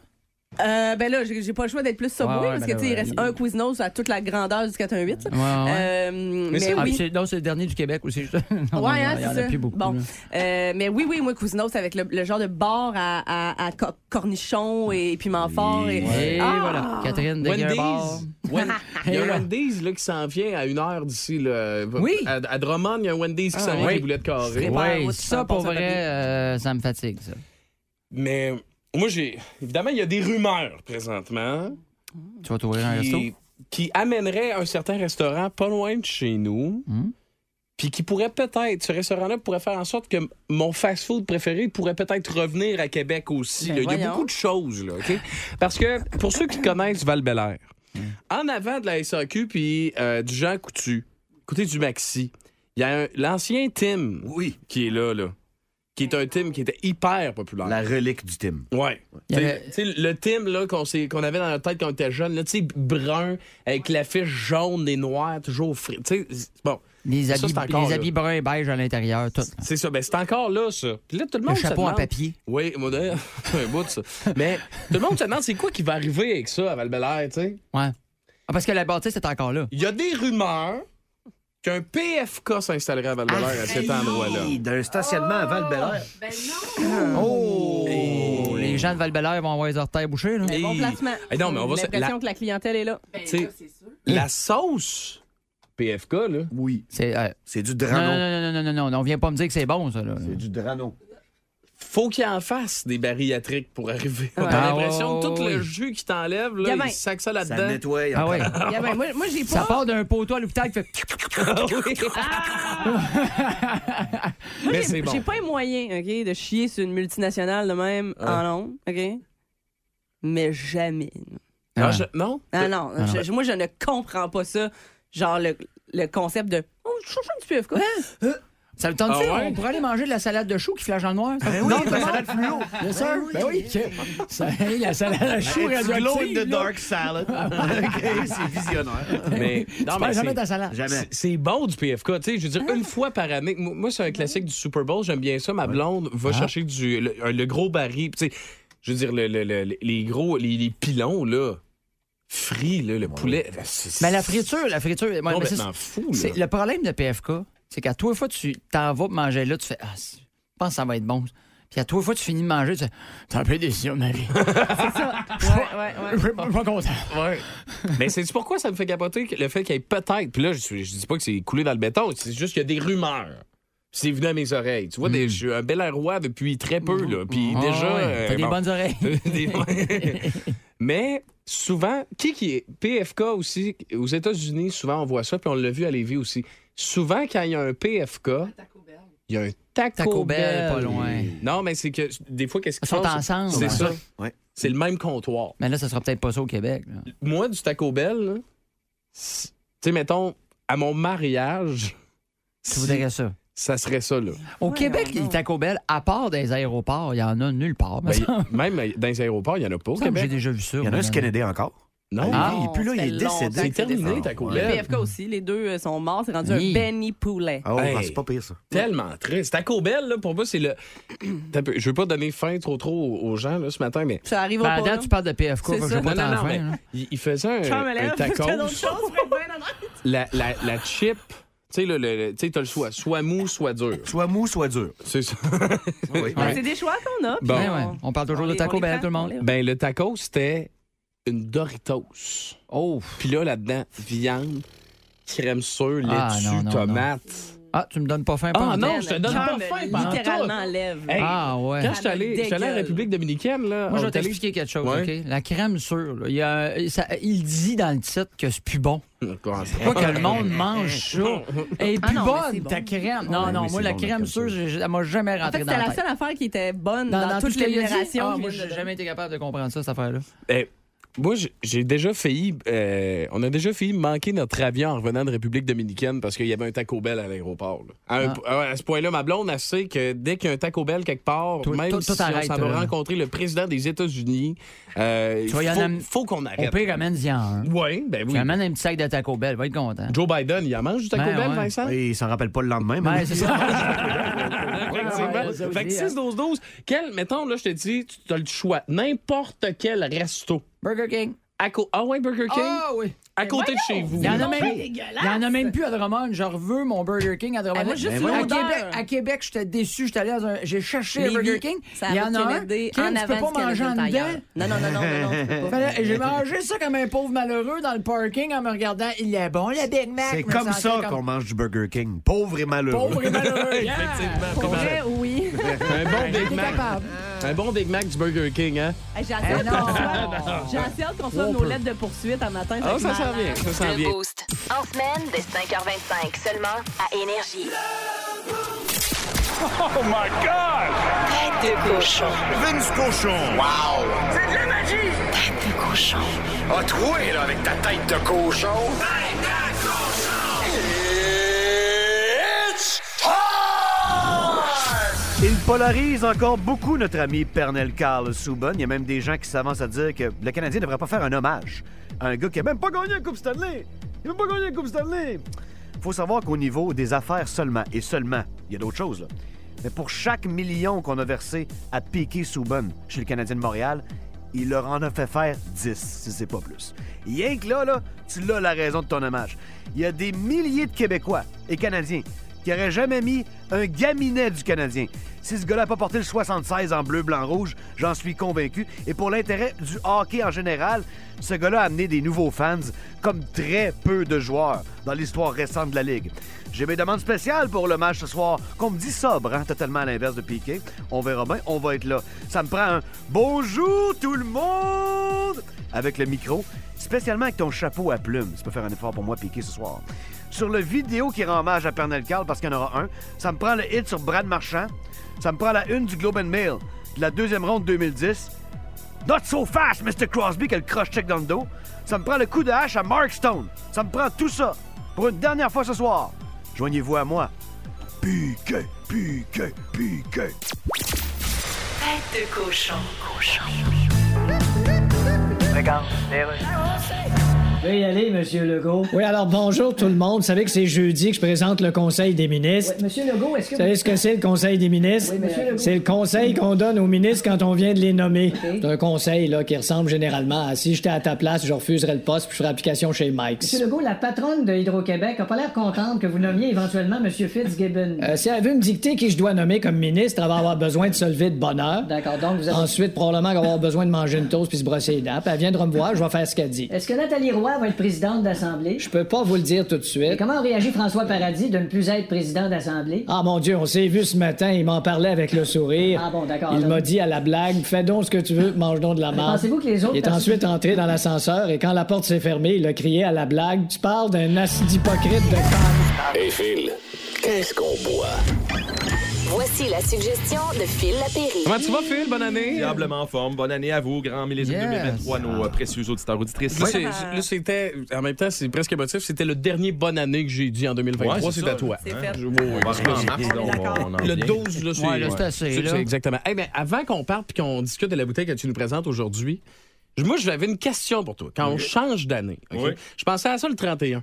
Speaker 4: Euh, ben là, j'ai j'ai pas le choix d'être plus Subway
Speaker 5: Ouais, ouais,
Speaker 4: parce que,
Speaker 5: ben
Speaker 4: tu sais, il
Speaker 5: ouais.
Speaker 4: reste un Quiznos à toute la grandeur du 418. là.
Speaker 5: Ouais, ouais.
Speaker 4: Euh, mais
Speaker 5: Ah, puis
Speaker 4: oui.
Speaker 5: c'est- Non, c'est le dernier du Québec aussi. juste- non, non,
Speaker 4: ouais, hein,
Speaker 5: il y en
Speaker 4: c'est ça.
Speaker 5: a plus beaucoup.
Speaker 4: Bon.
Speaker 5: là.
Speaker 4: Euh, mais oui, oui, moi, Cousinos, avec le, le genre de bar à, à, à co- cornichons et piment fort. Et,
Speaker 5: Et
Speaker 4: Ah!
Speaker 5: voilà, Catherine Deguerbar.
Speaker 3: Wendy's. Wen- Il y a un Wendy's là, qui s'en vient à une heure d'ici. là.
Speaker 5: Oui.
Speaker 3: À, à Drummond, il y a un Wendy's qui
Speaker 5: Ah,
Speaker 3: s'en vient
Speaker 5: oui.
Speaker 3: qui voulait être carré.
Speaker 5: Oui, ça, pour vrai, euh, ça me fatigue, ça.
Speaker 3: Mais moi, j'ai. Évidemment, il y a des rumeurs présentement.
Speaker 5: Tu vas t'ouvrir un
Speaker 3: qui-
Speaker 5: resto?
Speaker 3: Qui amènerait un certain restaurant pas loin de chez nous. Puis qui pourrait peut-être, ce restaurant-là pourrait faire en sorte que m- mon fast-food préféré pourrait peut-être revenir à Québec aussi.
Speaker 4: Ben
Speaker 3: là. Il y a
Speaker 4: voyons.
Speaker 3: beaucoup de choses, là, OK? Parce que, pour ceux qui connaissent Val-Bélair, en avant de la SAQ puis euh, du Jean Coutu, côté du Maxi, il y a un- l'ancien Tim qui est là, là, qui est un Tim qui était hyper populaire.
Speaker 7: La relique du Tim.
Speaker 3: Ouais.
Speaker 7: Il y avait-
Speaker 3: Tu sais, le Tim là, qu'on, s'est- qu'on avait dans la tête quand on était jeune, là, tu sais, brun, avec l'affiche jaune et noire, toujours frit. Tu sais, c'est- bon.
Speaker 5: Les
Speaker 3: Ça,
Speaker 5: habits,
Speaker 3: c'est encore,
Speaker 5: les
Speaker 3: là.
Speaker 5: habits bruns et beige à l'intérieur, tout.
Speaker 3: C'est ça, ben c'est encore là, ça. Puis là, tout le monde. se
Speaker 5: chapeau en
Speaker 3: demande-
Speaker 5: papier.
Speaker 3: Oui, moi, d'ailleurs, un bout de ça. Mais tout le monde se demande c'est quoi qui va arriver avec ça à val tu sais.
Speaker 5: Ouais. Ah, parce que la bâtisse est encore là.
Speaker 3: Il y a des rumeurs qu'un PFK s'installerait à val à cet endroit-là.
Speaker 7: D'un stationnement à Val-Bélair.
Speaker 5: Ah. Oh! Les gens de val vont avoir les orteils bouchés, là.
Speaker 4: Bon placement.
Speaker 3: Eh non, mais on va se-
Speaker 4: J'ai l'impression
Speaker 3: la-
Speaker 4: que la clientèle est là.
Speaker 3: Tu sais, la sauce PFK, là.
Speaker 7: Oui.
Speaker 5: C'est euh,
Speaker 7: C'est du
Speaker 5: non,
Speaker 7: dranon.
Speaker 5: non, non, non, non, non, non, on vient pas me dire que c'est bon, ça, là.
Speaker 7: C'est du dranon.
Speaker 3: faut qu'il en fasse des bariatriques pour arriver.
Speaker 5: Ouais.
Speaker 3: T'as
Speaker 5: Ah,
Speaker 3: l'impression que tout
Speaker 5: ouais,
Speaker 3: le
Speaker 5: ouais.
Speaker 3: jus qui t'enlève, là,
Speaker 4: Gavin.
Speaker 3: il sac ça
Speaker 7: Ça
Speaker 3: là-dedans.
Speaker 7: nettoie.
Speaker 5: Ah ouais.
Speaker 4: Il y avait- moi, moi, j'ai
Speaker 5: Ça
Speaker 4: pas.
Speaker 5: part d'un poteau à l'hôpital qui fait. Ah!
Speaker 4: moi,
Speaker 3: Ah Mais
Speaker 4: j'ai-
Speaker 3: c'est bon.
Speaker 4: J'ai pas les moyens, OK, de chier sur une multinationale de même en long, OK? Mais jamais.
Speaker 3: Non, je- Euh, non?
Speaker 4: Ah non,
Speaker 5: Ah
Speaker 4: je-
Speaker 5: non.
Speaker 4: je- moi, je ne comprends pas ça. Genre, le, le concept de. Oh, je cherche un petit peu, quoi.
Speaker 5: Ça le tente
Speaker 3: Ah ouais? Ben
Speaker 5: On pourrait aller manger de la salade de choux qui flage en noir. Ben
Speaker 7: Non, la salade fluo.
Speaker 5: Bien sûr. Ben oui. Ça, la salade à choux
Speaker 3: Ben,
Speaker 7: It's glow in
Speaker 5: radioactive,
Speaker 7: the
Speaker 5: là. Ah
Speaker 7: dark salad. OK, c'est visionnaire.
Speaker 3: Mais, non,
Speaker 5: Tu
Speaker 3: mais
Speaker 5: perds jamais
Speaker 3: c'est-
Speaker 5: ta salade.
Speaker 7: Jamais.
Speaker 3: c'est- c'est bon du PFK, tu sais, je veux dire, une fois par année. Moi, moi,
Speaker 5: Ben
Speaker 3: c'est un classique du Super Bowl, j'aime bien ça. Ma blonde
Speaker 5: Ah.
Speaker 3: va chercher du, le, un- le gros baril, tu sais, je veux dire, le- le- le- les gros, les, les pilons, là, frits, là, le poulet. c'est-
Speaker 5: Mais Ben, la friture, la friture. ouais, mais c'est-
Speaker 3: complètement fou, là.
Speaker 5: c'est- Le problème de PFK, c'est qu'à toi, fois, tu t'en vas pour manger là, tu fais Ah, c'est- je pense que ça va être bon. Puis à toi, fois, tu finis de manger, tu fais T'es un peu déçu, ma vie.
Speaker 4: Ouais, ouais,
Speaker 5: Je suis pas- je suis pas content.
Speaker 3: Mais c'est pourquoi ça me fait capoter que- le fait qu'il y ait peut-être. Puis là, je, suis- je dis pas que c'est coulé dans le béton, c'est juste qu'il y a des rumeurs. Puis C'est venu à mes oreilles. Tu vois, des- je suis un bel roi depuis très peu, là. Puis
Speaker 5: Hmm. Ah,
Speaker 3: déjà.
Speaker 5: ouais,
Speaker 3: euh,
Speaker 5: T'as des
Speaker 3: bon.
Speaker 5: bonnes oreilles.
Speaker 3: Des- Mais souvent, qui qui est. PFK aussi, aux États-Unis, souvent on voit ça, puis on l'a vu à Lévis aussi. souvent, quand il y a un PFK, il y a un Taco,
Speaker 5: Taco Bell, pas loin.
Speaker 3: Non, mais c'est que des fois, qu'est-ce
Speaker 5: Ils
Speaker 3: qu'ils
Speaker 5: sont
Speaker 3: font, c'est-
Speaker 5: ensemble.
Speaker 3: C'est
Speaker 5: Ouais.
Speaker 3: ça.
Speaker 5: Ouais.
Speaker 3: C'est le même comptoir.
Speaker 5: Mais là, ça sera peut-être pas ça au Québec. là.
Speaker 3: Moi, du Taco Bell, là, si- tu sais, mettons, à mon mariage.
Speaker 5: Tu voudrais ça?
Speaker 3: Ça serait ça, là.
Speaker 5: Au Québec, les Taco Bell, à part des aéroports, il y en a nulle part. Ah, me
Speaker 3: Ben,
Speaker 5: semble.
Speaker 3: même euh, dans les aéroports, il n'y en a pas au
Speaker 5: Ça,
Speaker 3: Québec.
Speaker 5: j'ai déjà vu ça.
Speaker 3: Il y en a un, c'est
Speaker 13: Canadien encore.
Speaker 3: Non,
Speaker 5: Ah,
Speaker 3: il est plus là, il
Speaker 4: Ça fait
Speaker 3: est décédé.
Speaker 4: longtemps
Speaker 3: C'est
Speaker 4: que c'est
Speaker 3: terminé,
Speaker 4: décédé.
Speaker 3: Taco
Speaker 4: Le
Speaker 3: Bell.
Speaker 4: PFK aussi, les deux euh, sont morts. C'est rendu
Speaker 3: Oui.
Speaker 4: un Benny Poulet.
Speaker 3: Ah ouais, c'est
Speaker 13: pas pire, ça.
Speaker 3: Tellement triste. Taco Bell, là, pour moi, c'est le. T'as un peu- Je veux pas donner faim trop trop aux gens là, ce matin, mais.
Speaker 4: Ça arrive au
Speaker 5: Ben, à date, tu parles de PFK,
Speaker 3: C'est
Speaker 5: ben,
Speaker 3: ça.
Speaker 5: je veux pas
Speaker 3: Non, non,
Speaker 5: t'en
Speaker 3: non,
Speaker 5: faire,
Speaker 3: mais
Speaker 5: hein.
Speaker 3: il, il faisait un,
Speaker 4: Tiens, mais là,
Speaker 3: un
Speaker 4: parce que
Speaker 3: tacos.
Speaker 4: d'autres choses, je vais bien en mettre.
Speaker 3: La, la, la chip, tu sais, le, le- tu sais, t'as le choix. Soit mou, soit dur.
Speaker 13: Soit mou, soit dur.
Speaker 3: C'est ça.
Speaker 4: Ben, C'est des choix qu'on a. puis
Speaker 3: Bon.
Speaker 4: on-
Speaker 3: Ouais, ouais.
Speaker 5: Ben On parle toujours
Speaker 4: On
Speaker 5: de
Speaker 4: les-
Speaker 5: Taco
Speaker 4: on les
Speaker 5: Bell,
Speaker 4: prend,
Speaker 5: tout le monde.
Speaker 4: on les-
Speaker 3: Ben, le taco, c'était une Doritos.
Speaker 5: Oh!
Speaker 3: Puis là, là-dedans, viande, crème sûre,
Speaker 5: Ah,
Speaker 3: laitue,
Speaker 5: non, non,
Speaker 3: tomate.
Speaker 5: Ah, tu me donnes pas faim.
Speaker 3: Ah,
Speaker 5: pantoute.
Speaker 3: non, je te donne pas
Speaker 4: Tom,
Speaker 3: faim, pantoute.
Speaker 4: Littéralement lève.
Speaker 3: Hey,
Speaker 5: Ah, ouais.
Speaker 3: Quand je suis
Speaker 4: Ça me
Speaker 3: allé je suis allé en
Speaker 4: dégueule.
Speaker 3: République dominicaine, là.
Speaker 5: Moi, je vais
Speaker 3: on est allé-
Speaker 5: t'expliquer quelque chose,
Speaker 3: Ouais.
Speaker 5: OK? La crème sûre, là, il, y a- ça- il dit dans le titre que c'est plus bon. Pas que le monde mange ça. Elle est
Speaker 4: Ah
Speaker 5: plus
Speaker 4: non, mais c'est
Speaker 5: bonne,
Speaker 4: bon.
Speaker 5: ta crème. Non,
Speaker 4: Ouais,
Speaker 5: non,
Speaker 4: oui,
Speaker 5: moi,
Speaker 4: c'est
Speaker 5: la
Speaker 4: bon,
Speaker 5: crème sûre, j'ai- elle m'a jamais
Speaker 4: En fait,
Speaker 5: rentré dans
Speaker 4: c'était
Speaker 5: la
Speaker 4: la
Speaker 5: tête.
Speaker 4: seule affaire qui était bonne
Speaker 5: Dans-
Speaker 4: dans,
Speaker 5: dans
Speaker 4: toutes
Speaker 5: tout ce
Speaker 4: les
Speaker 5: qu'il a dit,
Speaker 4: générations.
Speaker 5: ah, moi, j'ai jamais été capable de comprendre ça, cette affaire-là.
Speaker 3: Ben, moi, j- j'ai déjà failli. euh, on a déjà failli manquer notre avion en revenant de République dominicaine parce qu'il y avait un Taco Bell à l'aéroport. là. À, un- à ce point-là, ma blonde, elle sait que dès qu'il y a un Taco Bell quelque part,
Speaker 5: Toi-
Speaker 3: même
Speaker 5: toi- toi,
Speaker 3: si on
Speaker 5: t'arrêtes,
Speaker 3: s'en va
Speaker 5: là.
Speaker 3: rencontrer le président des États-Unis, euh, il
Speaker 5: Tu vois, il y en
Speaker 3: faut,
Speaker 5: a-
Speaker 3: faut qu'on
Speaker 5: Au
Speaker 3: arrête.
Speaker 5: pire, ramène-y en un.
Speaker 3: Oui, ben oui.
Speaker 5: Tu ramènes un petit sac de Taco Bell, va être content.
Speaker 3: Joe Biden, il en mange du Taco
Speaker 5: Ben
Speaker 3: Bell,
Speaker 5: ouais.
Speaker 3: Vincent?
Speaker 7: Et il s'en rappelle pas le lendemain, mais
Speaker 5: Ouais, c'est ça.
Speaker 3: Effectivement.
Speaker 5: ouais, ça
Speaker 3: fait que
Speaker 5: aussi,
Speaker 3: 6, 12, 12. Quel, mettons, là, je te dis, tu as le choix. N'importe quel resto.
Speaker 5: Burger King.
Speaker 3: À co- ah ouais, Burger King?
Speaker 5: Ah oui.
Speaker 3: À côté de chez vous.
Speaker 5: Il y en a même,
Speaker 4: c'est dégueulasse.
Speaker 5: il y en a même plus à Drummond. Je veux mon Burger King à Drummond. Ben
Speaker 4: Eh, moi, juste
Speaker 5: à,
Speaker 4: l'odeur.
Speaker 5: Québec, à Québec, j'étais déçu. J'étais allé dans un, j'ai cherché le
Speaker 4: Lévis,
Speaker 5: Burger King.
Speaker 4: ça
Speaker 5: Il y
Speaker 4: route
Speaker 5: en a un.
Speaker 4: Kennedy,
Speaker 5: Kim,
Speaker 4: en
Speaker 5: tu peux
Speaker 4: avant
Speaker 5: pas
Speaker 4: du Canadien
Speaker 5: manger en
Speaker 4: Tailleur.
Speaker 5: dedans.
Speaker 4: Non, non, non, non, non, non, je peux pas.
Speaker 5: Fallait- J'ai mangé ça comme un pauvre malheureux dans le parking en me regardant. Il est bon, le Big Mac.
Speaker 7: C'est
Speaker 5: Je me
Speaker 7: comme
Speaker 5: sentais
Speaker 7: ça
Speaker 5: comme-
Speaker 7: qu'on mange du Burger King. Pauvre et malheureux.
Speaker 5: Pauvre et malheureux. Yeah!
Speaker 4: Pour vrai, oui.
Speaker 3: Un bon Big
Speaker 5: T'es
Speaker 3: Mac.
Speaker 5: capable.
Speaker 3: Un bon Big Mac du Burger King, hein?
Speaker 4: Hey, J'ai assez hâte
Speaker 5: Eh
Speaker 4: qu'on
Speaker 5: non.
Speaker 4: soit- j'ai assez hâte qu'on soit nos lettres de poursuite un matin.
Speaker 3: Ah, ça
Speaker 4: fait mal,
Speaker 3: s'en
Speaker 4: hein.
Speaker 3: vient, ça s'en
Speaker 1: Le
Speaker 3: vient.
Speaker 1: Boost. En semaine, dès 5h25, seulement à Énergie.
Speaker 2: Oh my God! Tête de cochon. Vince cochon. Wow! C'est de la magie! Tête de cochon. A troué, Ah, là, avec ta tête de cochon. Tête de cochon! It's time!
Speaker 7: Il polarise encore beaucoup notre ami Pernel Carl Souban. Il y a même des gens qui s'avancent à dire que le Canadien ne devrait pas faire un hommage à un gars qui a même pas gagné la Coupe Stanley. Il n'a même pas gagné la Coupe Stanley. faut savoir qu'au niveau des affaires seulement, et seulement, il y a d'autres choses, là. Mais pour chaque million qu'on a versé à Piqué Souban chez le Canadien de Montréal, il leur en a fait faire 10, si c'est pas plus. Rien que là, là, tu l'as la raison de ton hommage. Il y a des milliers de Québécois et Canadiens qui n'auraient jamais mis un gaminet du Canadien. Si ce gars-là n'a pas porté le 76 en bleu, blanc, rouge, j'en suis convaincu. Et pour l'intérêt du hockey en général, ce gars-là a amené des nouveaux fans, comme très peu de joueurs dans l'histoire récente de la Ligue. J'ai mes demandes spéciales pour le match ce soir, qu'on me dit sobre, hein, totalement à l'inverse de Piqué. On verra bien, on va être là. Ça me prend un bonjour tout le monde avec le micro, spécialement avec ton chapeau à plumes. Tu peux faire un effort pour moi, Piqué, ce soir. Sur le vidéo qui rend hommage à Pernel Carl, parce qu'il y en aura un, ça me prend le hit sur Brad Marchand, ça me prend la une du Globe and Mail de la deuxième ronde 2010, Not so fast, Mr. Crosby, que le cross-check dans le dos. Ça me prend le coup de hache à Mark Stone. Ça me prend tout ça pour une dernière fois ce soir. Joignez-vous à moi. Piqué, piqué, piqué.
Speaker 2: Tête de cochon. Cochon.
Speaker 7: Regarde,
Speaker 12: Veuillez aller, Monsieur Legault. Oui, alors bonjour tout le monde. Vous savez que c'est jeudi que je présente le Conseil des ministres.
Speaker 8: Monsieur Legault, est-ce que
Speaker 12: Vous savez ce que c'est le Conseil des ministres?
Speaker 8: Oui, monsieur Legault.
Speaker 12: c'est le conseil qu'on donne aux ministres quand on vient de les nommer. C'est un conseil là, qui ressemble généralement à si j'étais à ta place, je refuserais le poste puis je ferais application chez Mike.
Speaker 8: Monsieur Legault, la patronne de Hydro-Québec a pas l'air contente que vous nommiez éventuellement Monsieur Fitzgibbon.
Speaker 12: Euh, si elle veut me dicter qui je dois nommer comme ministre, elle va avoir besoin de se lever de bonne heure.
Speaker 8: D'accord, donc vous avez...
Speaker 12: Ensuite, probablement qu'elle va avoir besoin de manger une toast puis se brosser les dents. Puis elle vient
Speaker 8: viendra me voir, je vais faire ce qu'elle dit.
Speaker 14: Est-ce que Nathalie Roy va être présidente d'Assemblée?
Speaker 8: Je peux pas vous le dire tout de
Speaker 14: Et
Speaker 8: suite.
Speaker 14: comment réagit François Paradis de ne plus être président d'Assemblée?
Speaker 8: Ah mon Dieu, on s'est vu ce matin, il m'en parlait avec le sourire.
Speaker 14: Ah bon, d'accord.
Speaker 8: Il
Speaker 14: donc.
Speaker 8: m'a dit à la blague, fais donc ce que tu veux, mange donc de la marde.
Speaker 14: Pensez-vous que les autres
Speaker 8: Il est
Speaker 14: personnes-
Speaker 8: ensuite entré dans l'ascenseur et quand la porte s'est fermée, il a crié à la blague, tu parles d'un acide hypocrite de con.
Speaker 15: Hey Phil, qu'est-ce qu'on boit?
Speaker 10: Voici la suggestion de Phil Lapéry.
Speaker 16: Comment tu vas, Phil? Bonne année. Diablement en forme. Bonne année à vous, grand millésime
Speaker 10: Yes.
Speaker 16: 2023, nos euh, précieux auditeurs auditrices.
Speaker 3: Là, c'est- là, c'était, en même temps, c'est presque émotif, c'était le dernier bonne année que j'ai dit en 2023,
Speaker 16: Ouais, c'est
Speaker 3: c'est à
Speaker 16: ça.
Speaker 3: toi.
Speaker 16: C'est
Speaker 3: Hein?
Speaker 16: fait.
Speaker 3: Je- oui,
Speaker 16: On va
Speaker 3: excuse.
Speaker 16: rentrer en mars, là, on va- on en
Speaker 3: Le
Speaker 16: vient.
Speaker 3: 12, là, c'est...
Speaker 16: Ouais, là, c'est assez,
Speaker 3: c'est-
Speaker 16: là.
Speaker 3: c'est exactement. Eh bien, avant qu'on parte et qu'on discute de la bouteille que tu nous présentes aujourd'hui, je- moi, j'avais une question pour toi. Quand on change d'année, OK?
Speaker 16: Oui.
Speaker 3: je pensais à ça le 31.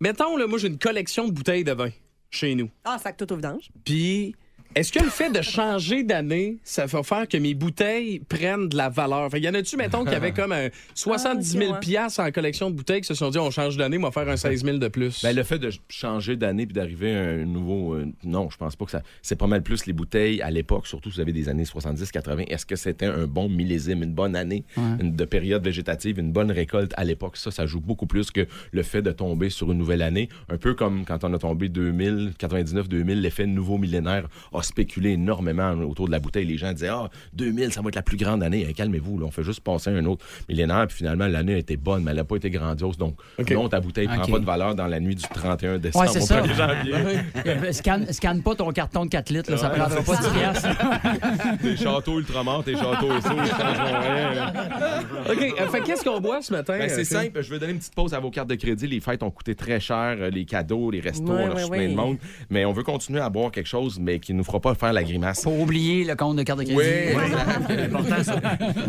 Speaker 3: Mettons, là, moi, j'ai une collection de bouteilles de vin chez nous.
Speaker 4: Ah, sac tout au vidange.
Speaker 3: Puis, est-ce que le fait de changer d'année, ça va faire que mes bouteilles prennent de la valeur? Fait, y en a-tu, mettons, qui avaient comme un 70 000
Speaker 16: Ah, ok, ouais.
Speaker 3: piastres en collection de bouteilles qui se sont dit, on change d'année, on va faire un 16 000 de plus?
Speaker 16: Ben, le fait de changer d'année puis d'arriver à un nouveau. euh, non, je pense pas que ça. C'est pas mal plus les bouteilles à l'époque, surtout si vous avez des années 70-80. Est-ce que c'était un bon millésime, une bonne année une- de période végétative, une bonne récolte à l'époque? Ça, ça joue beaucoup plus que le fait de tomber sur une nouvelle année. Un peu comme quand on a tombé 2000, 99-2000, l'effet nouveau millénaire a spéculé énormément autour de la bouteille. Les gens disaient Ah, 2000, ça va être la plus grande année. Hey, Calmez-vous, là, on fait juste passer un autre millénaire. Puis finalement, l'année a été bonne, mais elle n'a pas été grandiose. Donc, non, ta bouteille prend
Speaker 5: Ok.
Speaker 16: pas de valeur dans la nuit du 31 décembre
Speaker 5: Ouais, c'est
Speaker 16: au
Speaker 5: ça.
Speaker 16: 1er janvier.
Speaker 5: Euh, scanne, scanne pas ton carton de 4 litres, là, ça
Speaker 16: Ouais,
Speaker 5: prendra
Speaker 16: c'est
Speaker 5: pas de
Speaker 16: ça.
Speaker 5: pièces.
Speaker 16: Tes châteaux ultramontes, tes châteaux et ils changeront rien.
Speaker 3: OK, euh, fait qu'est-ce qu'on boit ce matin?
Speaker 16: Ben, c'est
Speaker 3: euh, Phil?
Speaker 16: simple, je vais donner une petite pause à vos cartes de crédit. Les fêtes ont coûté très cher, euh, les cadeaux, les restos,
Speaker 5: Ouais,
Speaker 16: on leur
Speaker 5: ouais,
Speaker 16: fait plein
Speaker 5: ouais.
Speaker 16: de monde. Mais on veut continuer à boire quelque chose, mais qui nous fera pas faire la grimace.
Speaker 5: Pour oublier le compte de carte de crédit.
Speaker 16: Oui, c'est important ça.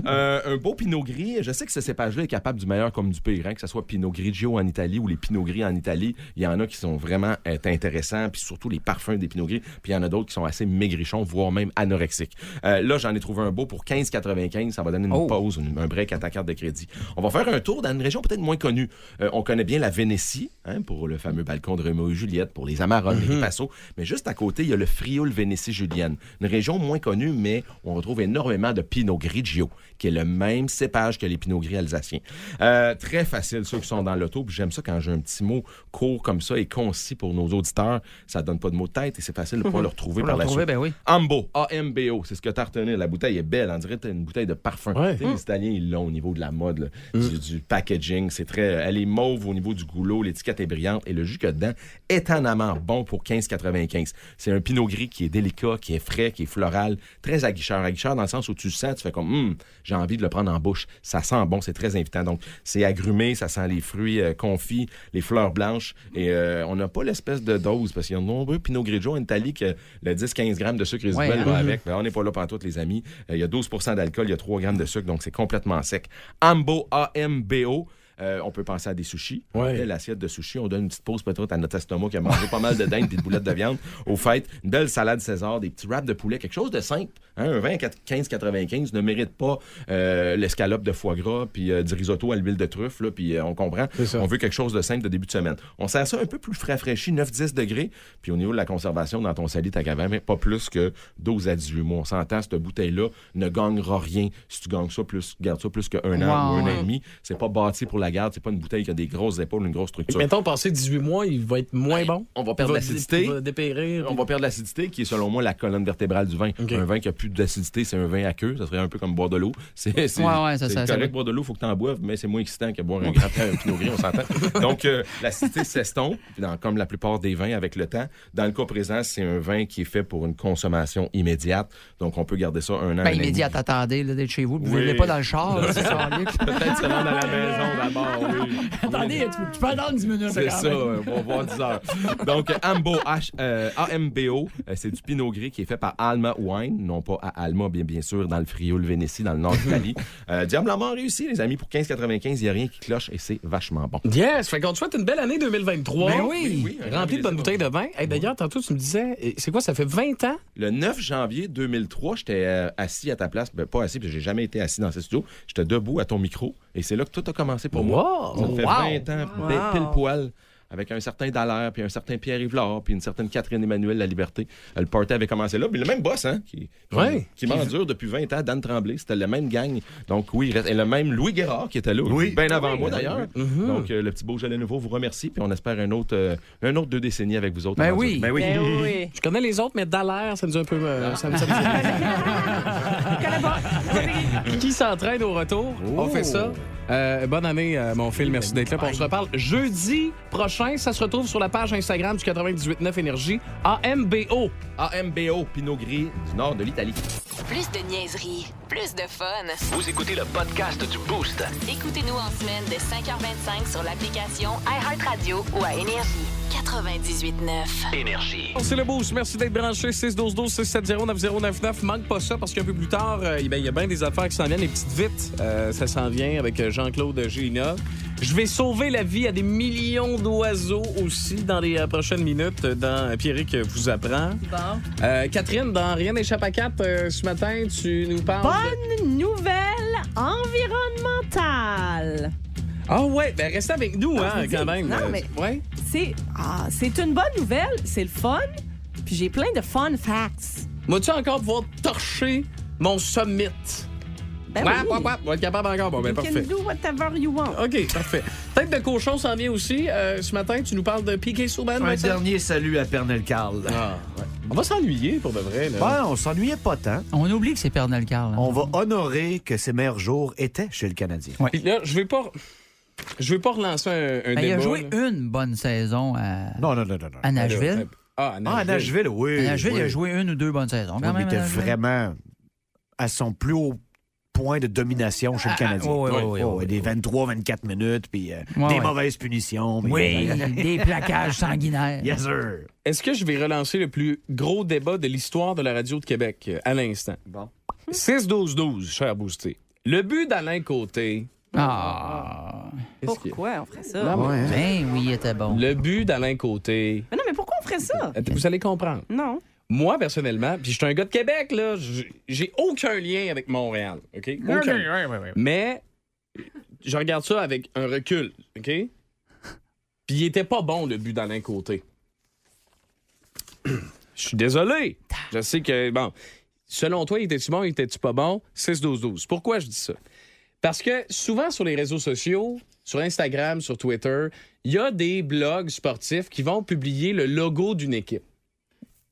Speaker 16: Euh, un beau Pinot Gris, je sais que ce cépage-là est capable du meilleur comme du pire, hein, que ce soit Pinot Grigio en Italie ou les Pinot Gris en Italie. Il y en a qui sont vraiment euh, intéressants, puis surtout les parfums des Pinot Gris, puis il y en a d'autres qui sont assez maigrichons, voire même anorexiques. Euh, là, j'en ai trouvé un beau pour 15,95. Ça va donner une pause, une- un break à ta carte de crédit. On va faire un tour dans une région peut-être moins connue. Euh, on connaît bien la Vénétie, hein, pour le fameux balcon de Romeo et Juliette, pour les Amarones, les Passos. Mais juste à côté, il y a le Frioul Vénétie Julienne. Une région moins connue, mais on retrouve énormément de Pinot Grigio, qui est le même cépage que les Pinot Gris alsaciens. Euh, très facile, ceux qui sont dans l'auto. Puis j'aime ça quand j'ai un petit mot court comme ça et concis pour nos auditeurs. Ça donne pas de mots de tête et c'est facile de pouvoir le retrouver
Speaker 5: Faut
Speaker 16: par
Speaker 5: le
Speaker 16: la
Speaker 5: retrouver,
Speaker 16: suite.
Speaker 5: ben oui.
Speaker 16: Ambo, A-M-B-O, c'est ce que t'as retenu. La bouteille est belle. On dirait que t'as une bouteille de parfum. Tu sais, Les Italiens, ils l'ont au niveau de la mode, là. du, du packaging. C'est très. Elle est mauve au niveau du goulot, l'étiquette est brillante et le jus que dedans, étonnamment bon pour 15,95. C'est un pinot gris qui est délicat, qui est frais, qui est floral, très aguicheur. Aguicheur dans le sens où tu le sens, tu fais comme, Hum, j'ai envie de le prendre en bouche. Ça sent bon, c'est très invitant. Donc, c'est agrumé, ça sent les fruits euh, confits, les fleurs blanches. Et euh, on n'a pas l'espèce de dose parce qu'il y a de nombreux Pinot Grigio en Italie que le 10-15 grammes de sucre
Speaker 5: Ouais,
Speaker 16: résiduel
Speaker 5: hein.
Speaker 3: euh,
Speaker 16: va avec. Ben, on n'est pas là pantoute, les amis. Euh, Il y a 12 d'alcool, il y a 3 grammes de sucre, donc c'est complètement sec. Ambo, A-M-B-O. Euh, on peut penser à des sushis. Après L'assiette de sushi, on donne une petite pause peut-être à notre estomac qui a mangé pas mal de dinde et de boulettes de viande. Au fait, une belle salade César, des petits wraps de poulet, quelque chose de simple. Hein, un 20 15-95 ne mérite pas euh, l'escalope de foie gras puis euh, du risotto à l'huile de truffe. Là, puis euh, on comprend. On veut quelque chose de simple de début de semaine. On sert ça un peu plus rafraîchi, 9-10 degrés. Puis au niveau de la conservation, dans ton sali, ta caverne, mais pas plus que 12 à 18 mois. On s'entend, cette bouteille-là ne gagnera rien si tu gagnes ça plus, garde ça plus qu'un an
Speaker 3: Wow.
Speaker 16: hein, ou un an et demi. C'est pas bâti pour la garde. C'est pas une bouteille qui a des grosses épaules, une grosse structure.
Speaker 3: Mettons, passer 18 mois, il va être moins bon.
Speaker 16: On va perdre
Speaker 3: Il
Speaker 16: l'acidité.
Speaker 3: il va dépérir.
Speaker 16: On va perdre l'acidité, qui est selon moi la colonne vertébrale du vin. Un vin qui a plus d'acidité, c'est un vin à queue. Ça serait un peu comme boire de l'eau. C'est c'est-
Speaker 5: Ouais, ouais, ça,
Speaker 16: c'est
Speaker 5: ça, ça
Speaker 16: correct
Speaker 5: va.
Speaker 16: boire de l'eau, faut que tu en boives, mais c'est moins excitant que boire un grand un pinot gris, on s'entend. Donc, euh, l'acidité s'estompe, puis dans- comme la plupart des vins avec le temps. Dans le cas présent, c'est un vin qui est fait pour une consommation immédiate. Donc, on peut garder ça un an. un an
Speaker 5: Ben,
Speaker 16: et demi.
Speaker 5: immédiat, attendez, là, d'être chez vous. Vous
Speaker 16: Oui.
Speaker 5: ne pas dans le char,
Speaker 16: Non,
Speaker 5: c'est
Speaker 16: c'est
Speaker 5: ça.
Speaker 16: ça. Peut-être se rendre à la maison d'abord, oui.
Speaker 5: Attendez, tu, tu peux attendre 10 minutes.
Speaker 16: C'est
Speaker 5: quand
Speaker 16: ça,
Speaker 5: même.
Speaker 16: euh, on va voir 10 heures. Donc, euh, Ambo, H, euh, AMBO, euh, c'est du Pinot Gris qui est fait par Alma Wine, non pas à Alma, bien, bien sûr, dans le Frioul Vénétie, dans le nord d'Italie. Euh, diablement réussi, les amis, pour 15,95, il n'y a rien qui cloche et c'est vachement bon.
Speaker 3: Yes, fait qu'on te souhaite une belle année 2023.
Speaker 16: Ben oui. Oui, oui, un
Speaker 3: Remplie de bonnes bouteilles de vin. Et D'ailleurs, tantôt, tu me disais, eh, c'est quoi, ça fait 20 ans?
Speaker 16: Le 9 janvier 2003, j'étais euh, assis à ta place, ben, pas assis, parce que j'ai jamais été assis dans ce studio, j'étais debout à ton micro et c'est là que tout a commencé pour moi.
Speaker 3: Oh, Wow!
Speaker 16: Ça fait
Speaker 3: Wow!
Speaker 16: 20 ans,
Speaker 3: Wow!
Speaker 16: pile- pile poil. avec un certain Dallaire, puis un certain Pierre Yvelard, puis une certaine Catherine Emmanuel La Liberté. Euh, Le party avait commencé là, puis le même boss, hein, qui, qui,
Speaker 15: Ouais.
Speaker 16: qui m'endure depuis 20 ans, Dan Tremblay, c'était la même gang. Donc oui, il reste- et le même Louis Guérard qui était là,
Speaker 3: Ben
Speaker 16: bien avant
Speaker 15: Oui.
Speaker 16: moi d'ailleurs.
Speaker 15: Mhm.
Speaker 16: Donc euh, le petit beau Jalais Nouveau vous remercie, puis on espère un autre, euh, un autre deux décennies avec vous autres.
Speaker 3: Ben
Speaker 16: avant
Speaker 3: oui.
Speaker 16: Dieu.
Speaker 3: Ben oui. Je connais les autres, mais Dallaire, ça nous a un peu. euh, ça me- ça me- Qui s'entraîne au retour? On fait ça. Euh, bonne année, euh, mon Phil. Merci d'être là. Puis On se reparle jeudi prochain. Ça se retrouve sur la page Instagram du 98.9 Énergie, AMBO.
Speaker 16: AMBO, Pinot Gris du nord de l'Italie.
Speaker 1: Plus de niaiserie, plus de fun.
Speaker 2: Vous écoutez le podcast du Boost.
Speaker 1: Écoutez-nous en semaine de 5h25 sur l'application iHeartRadio ou à Énergie. 98.9.
Speaker 2: Énergie.
Speaker 3: C'est le boost. Merci d'être branché. 612-12-670-9099. Manque pas ça parce qu'un peu plus tard, euh, eh ben, il y a bien des affaires qui s'en viennent. Les petites vites, euh, ça s'en vient avec euh, Jean-Claude Gélina. Je vais sauver la vie à des millions d'oiseaux aussi dans les euh, prochaines minutes euh, dans euh, Pierrick euh, vous apprend.
Speaker 4: Bon.
Speaker 3: Euh, Catherine, dans Rien n'échappe à quatre, euh, ce matin, tu nous parles... de-
Speaker 4: Bonne nouvelle environnementale.
Speaker 3: Ah ouais, ben restez avec nous,
Speaker 4: Ah, je
Speaker 3: hein,
Speaker 4: vous dis,
Speaker 3: quand même.
Speaker 4: non,
Speaker 3: Euh,
Speaker 4: mais-
Speaker 3: Ouais.
Speaker 4: C'est ah, c'est une bonne nouvelle, c'est le fun, puis j'ai plein de fun facts.
Speaker 3: Vas-tu encore pouvoir torcher mon summit?
Speaker 4: Ben
Speaker 3: ouais,
Speaker 4: oui.
Speaker 3: ouais, ouais, on va être capable encore. Bon, ben
Speaker 4: you
Speaker 3: parfait.
Speaker 4: can do whatever you want.
Speaker 3: OK, parfait. Tête de cochon s'en vient aussi. Euh, ce matin, tu nous parles de Piquet Souban.
Speaker 7: Un dernier salut à Pernel Carl.
Speaker 3: On va s'ennuyer pour de vrai.
Speaker 7: Ben, on s'ennuyait pas tant.
Speaker 5: On oublie que c'est Pernel Carl.
Speaker 7: On va honorer que ses meilleurs jours étaient chez le Canadien.
Speaker 3: Puis Là, je vais pas. Je vais pas relancer un, un
Speaker 5: Ben, il
Speaker 3: débat.
Speaker 5: a joué
Speaker 3: là.
Speaker 5: une bonne saison à,
Speaker 7: non, non, non, non,
Speaker 5: à Nashville.
Speaker 3: Ah, à
Speaker 7: Ah, à Nashville, oui.
Speaker 5: à Nashville,
Speaker 7: oui.
Speaker 5: il a joué une ou deux bonnes saisons.
Speaker 7: Oui,
Speaker 5: Quand
Speaker 7: mais
Speaker 5: même, euh,
Speaker 7: il
Speaker 5: à
Speaker 7: était
Speaker 5: Nashville.
Speaker 7: vraiment à son plus haut point de domination chez
Speaker 5: Ah,
Speaker 7: le Canadien.
Speaker 5: ah, oui, oui, oui,
Speaker 7: Oh, des 23-24 minutes, puis euh,
Speaker 5: Ouais,
Speaker 7: des
Speaker 5: ouais.
Speaker 7: mauvaises punitions. puis- euh,
Speaker 5: Oui, des plaquages sanguinaires.
Speaker 7: Yes, sir.
Speaker 3: Est-ce que je vais relancer le plus gros débat de l'histoire de la radio de Québec euh, à l'instant? Bon. 6-12-12, cher Boosté. Le but d'Alain Côté.
Speaker 5: Ah.
Speaker 4: Pourquoi on ferait ça?
Speaker 3: Non, mais-
Speaker 5: Ben oui, il était bon.
Speaker 3: Le but d'Alain Côté.
Speaker 4: Mais non, mais pourquoi on ferait ça?
Speaker 3: Att- Vous allez comprendre.
Speaker 4: Non.
Speaker 3: Moi, personnellement, puis je suis un gars de Québec, là, j- j'ai aucun lien avec Montréal. OK?
Speaker 15: Non,
Speaker 3: Aucun.
Speaker 15: non, ouais, ouais, ouais.
Speaker 3: Mais je regarde ça avec un recul. OK? Puis il était pas bon, le but d'Alain Côté. Je suis désolé. Je sais que, bon, selon toi, était-tu bon, était-tu pas bon? 6-12-12. Pourquoi je dis ça? Parce que souvent sur les réseaux sociaux, sur Instagram, sur Twitter, il y a des blogs sportifs qui vont publier le logo d'une équipe.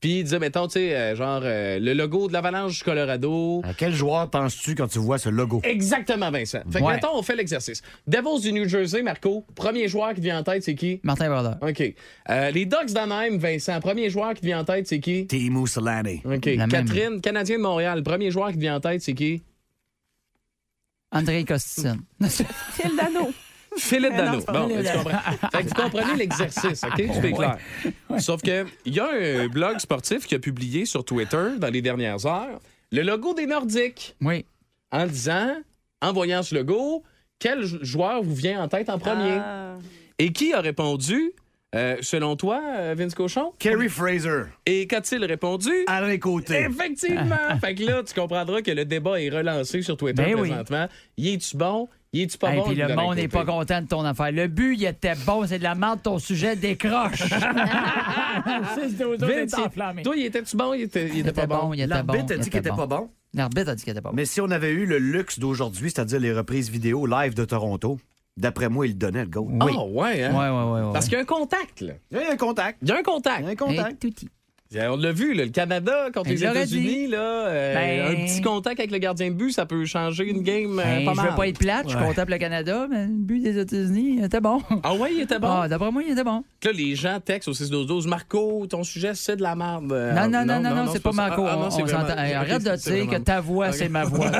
Speaker 3: Puis ils disaient, mettons, tu sais, euh, genre, euh, le logo de l'Avalanche du Colorado.
Speaker 7: À quel joueur penses-tu quand tu vois ce logo?
Speaker 3: Exactement, Vincent. Fait que,
Speaker 7: Ouais.
Speaker 3: mettons, on fait l'exercice. Devils du New Jersey, Marco, premier joueur qui te vient en tête, c'est qui?
Speaker 5: Martin Brodeur.
Speaker 3: OK. Euh, les Ducks d'Anaheim, Vincent, premier joueur qui te vient en tête, c'est qui?
Speaker 7: Timo Solani.
Speaker 3: OK.
Speaker 5: La même.
Speaker 3: Catherine, Canadien de Montréal, premier joueur qui te vient en tête, c'est qui?
Speaker 5: André Costin.
Speaker 4: Phil Dano.
Speaker 3: Philippe
Speaker 5: Eh non,
Speaker 3: Dano.
Speaker 5: c'est pas
Speaker 3: Bon,
Speaker 5: Philippe
Speaker 3: tu
Speaker 5: Dano.
Speaker 3: comprends. Fait que vous comprenez l'exercice, OK? Tout est clair. Sauf que il y a un blog sportif qui a publié sur Twitter dans les dernières heures le logo des Nordiques.
Speaker 5: Oui.
Speaker 3: En disant, en voyant ce logo, quel jou- joueur vous vient en tête en premier?
Speaker 5: Ah.
Speaker 3: Et qui a répondu, euh, selon toi, euh, Vince Cochon?
Speaker 7: Kerry Fraser.
Speaker 3: Et qu'a-t-il répondu?
Speaker 5: Ah.
Speaker 7: Alain Côté.
Speaker 3: Effectivement! fait que là, tu comprendras que le débat est relancé sur Twitter
Speaker 5: Ben oui.
Speaker 3: présentement. Y es-tu bon? Y es-tu pas
Speaker 5: Et
Speaker 3: bon?
Speaker 5: puis le
Speaker 3: Alain
Speaker 5: monde n'est pas
Speaker 3: Côté?
Speaker 5: content de ton affaire. Le but, il était bon, c'est de la merde, ton sujet décroche.
Speaker 3: Vince, il- toi, il était-tu bon? Il était, il était pas bon.
Speaker 5: il était
Speaker 7: L'arbitre
Speaker 5: bon,
Speaker 7: a
Speaker 5: il
Speaker 7: dit qu'il
Speaker 5: était
Speaker 7: était
Speaker 5: bon.
Speaker 7: pas bon.
Speaker 5: L'arbitre a dit qu'il était pas bon.
Speaker 7: Mais si on avait eu le luxe d'aujourd'hui, c'est-à-dire les reprises vidéo live de Toronto, d'après moi, il donnait le go.
Speaker 3: Ah, ouais, hein? Parce
Speaker 7: que-
Speaker 3: qu'il y a un contact, là.
Speaker 7: Il y a un contact.
Speaker 3: Il y a un contact.
Speaker 7: un contact.
Speaker 3: On l'a vu, là, le Canada contre
Speaker 5: Il
Speaker 3: les
Speaker 5: l'aurait
Speaker 3: États-Unis,
Speaker 5: Ben, dit.
Speaker 3: là, euh,
Speaker 5: Ben-
Speaker 3: un petit contact avec le gardien de but, ça peut changer une game euh,
Speaker 5: Ben,
Speaker 3: pas
Speaker 5: je
Speaker 3: mal.
Speaker 5: veux pas être plate, je
Speaker 3: Ouais.
Speaker 5: suis content pour le Canada, mais le but des États-Unis, il était bon.
Speaker 3: Ah ouais, il était bon?
Speaker 5: Ah, d'après moi, il était bon.
Speaker 3: Là, les gens textent au 6-12-12, Marco, ton sujet, c'est de la merde. Euh,
Speaker 5: Non, non, non, non, non, c'est pas
Speaker 3: ça.
Speaker 5: Marco.
Speaker 3: Ah, ah, non,
Speaker 5: on
Speaker 3: c'est vraiment-
Speaker 5: s'entend. Hey,
Speaker 3: Ok,
Speaker 5: arrête de
Speaker 3: c'est
Speaker 5: dire que
Speaker 3: vraiment-
Speaker 5: ta voix, c'est ma voix.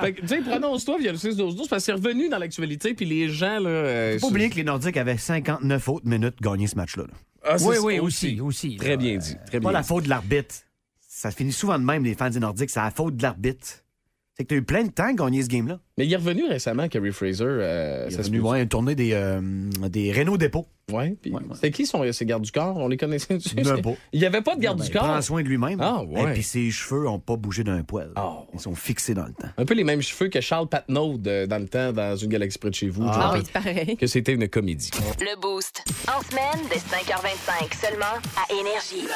Speaker 3: Fait que, tu sais, prononce-toi via le 6-12-12, parce que c'est revenu dans l'actualité, puis les gens, là. euh,
Speaker 7: Faut pas oublier que les Nordiques avaient 59 autres minutes gagné ce match-là. là.
Speaker 3: Ah, c'est-
Speaker 5: oui, oui, aussi, aussi.
Speaker 3: Très bien dit. Très
Speaker 7: Oh, Pas
Speaker 3: bien
Speaker 7: la
Speaker 3: dit.
Speaker 7: faute de l'arbitre. Ça finit souvent de même, les fans des Nordiques. C'est la faute de l'arbitre. C'est que t'as eu plein de temps à gagner ce game-là.
Speaker 3: Mais il est revenu récemment, Kerry Fraser. euh,
Speaker 7: Il est
Speaker 3: ça se
Speaker 7: revenu,
Speaker 3: peut-
Speaker 7: ouais, une tournée des, euh, des Renault Dépôt.
Speaker 3: Ouais, puis C'était qui son, ses gardes du corps? On les connaissait
Speaker 7: Nebo.
Speaker 3: Il n'y avait pas de garde du
Speaker 7: Il
Speaker 3: corps.
Speaker 7: prend soin de lui-même.
Speaker 3: Ah, ouais. Ah.
Speaker 7: Et puis ses cheveux n'ont pas bougé d'un poil. Ils sont fixés dans le temps.
Speaker 3: Oh. Un peu les mêmes cheveux que Charles Patnaud de- dans le temps, dans une galaxie près de chez vous.
Speaker 7: Ah.
Speaker 3: Je me
Speaker 7: Ah oui,
Speaker 3: rappelle
Speaker 4: c'est pareil.
Speaker 3: Que c'était une comédie.
Speaker 1: Le Boost. En semaine, dès 5h25, seulement à Énergie.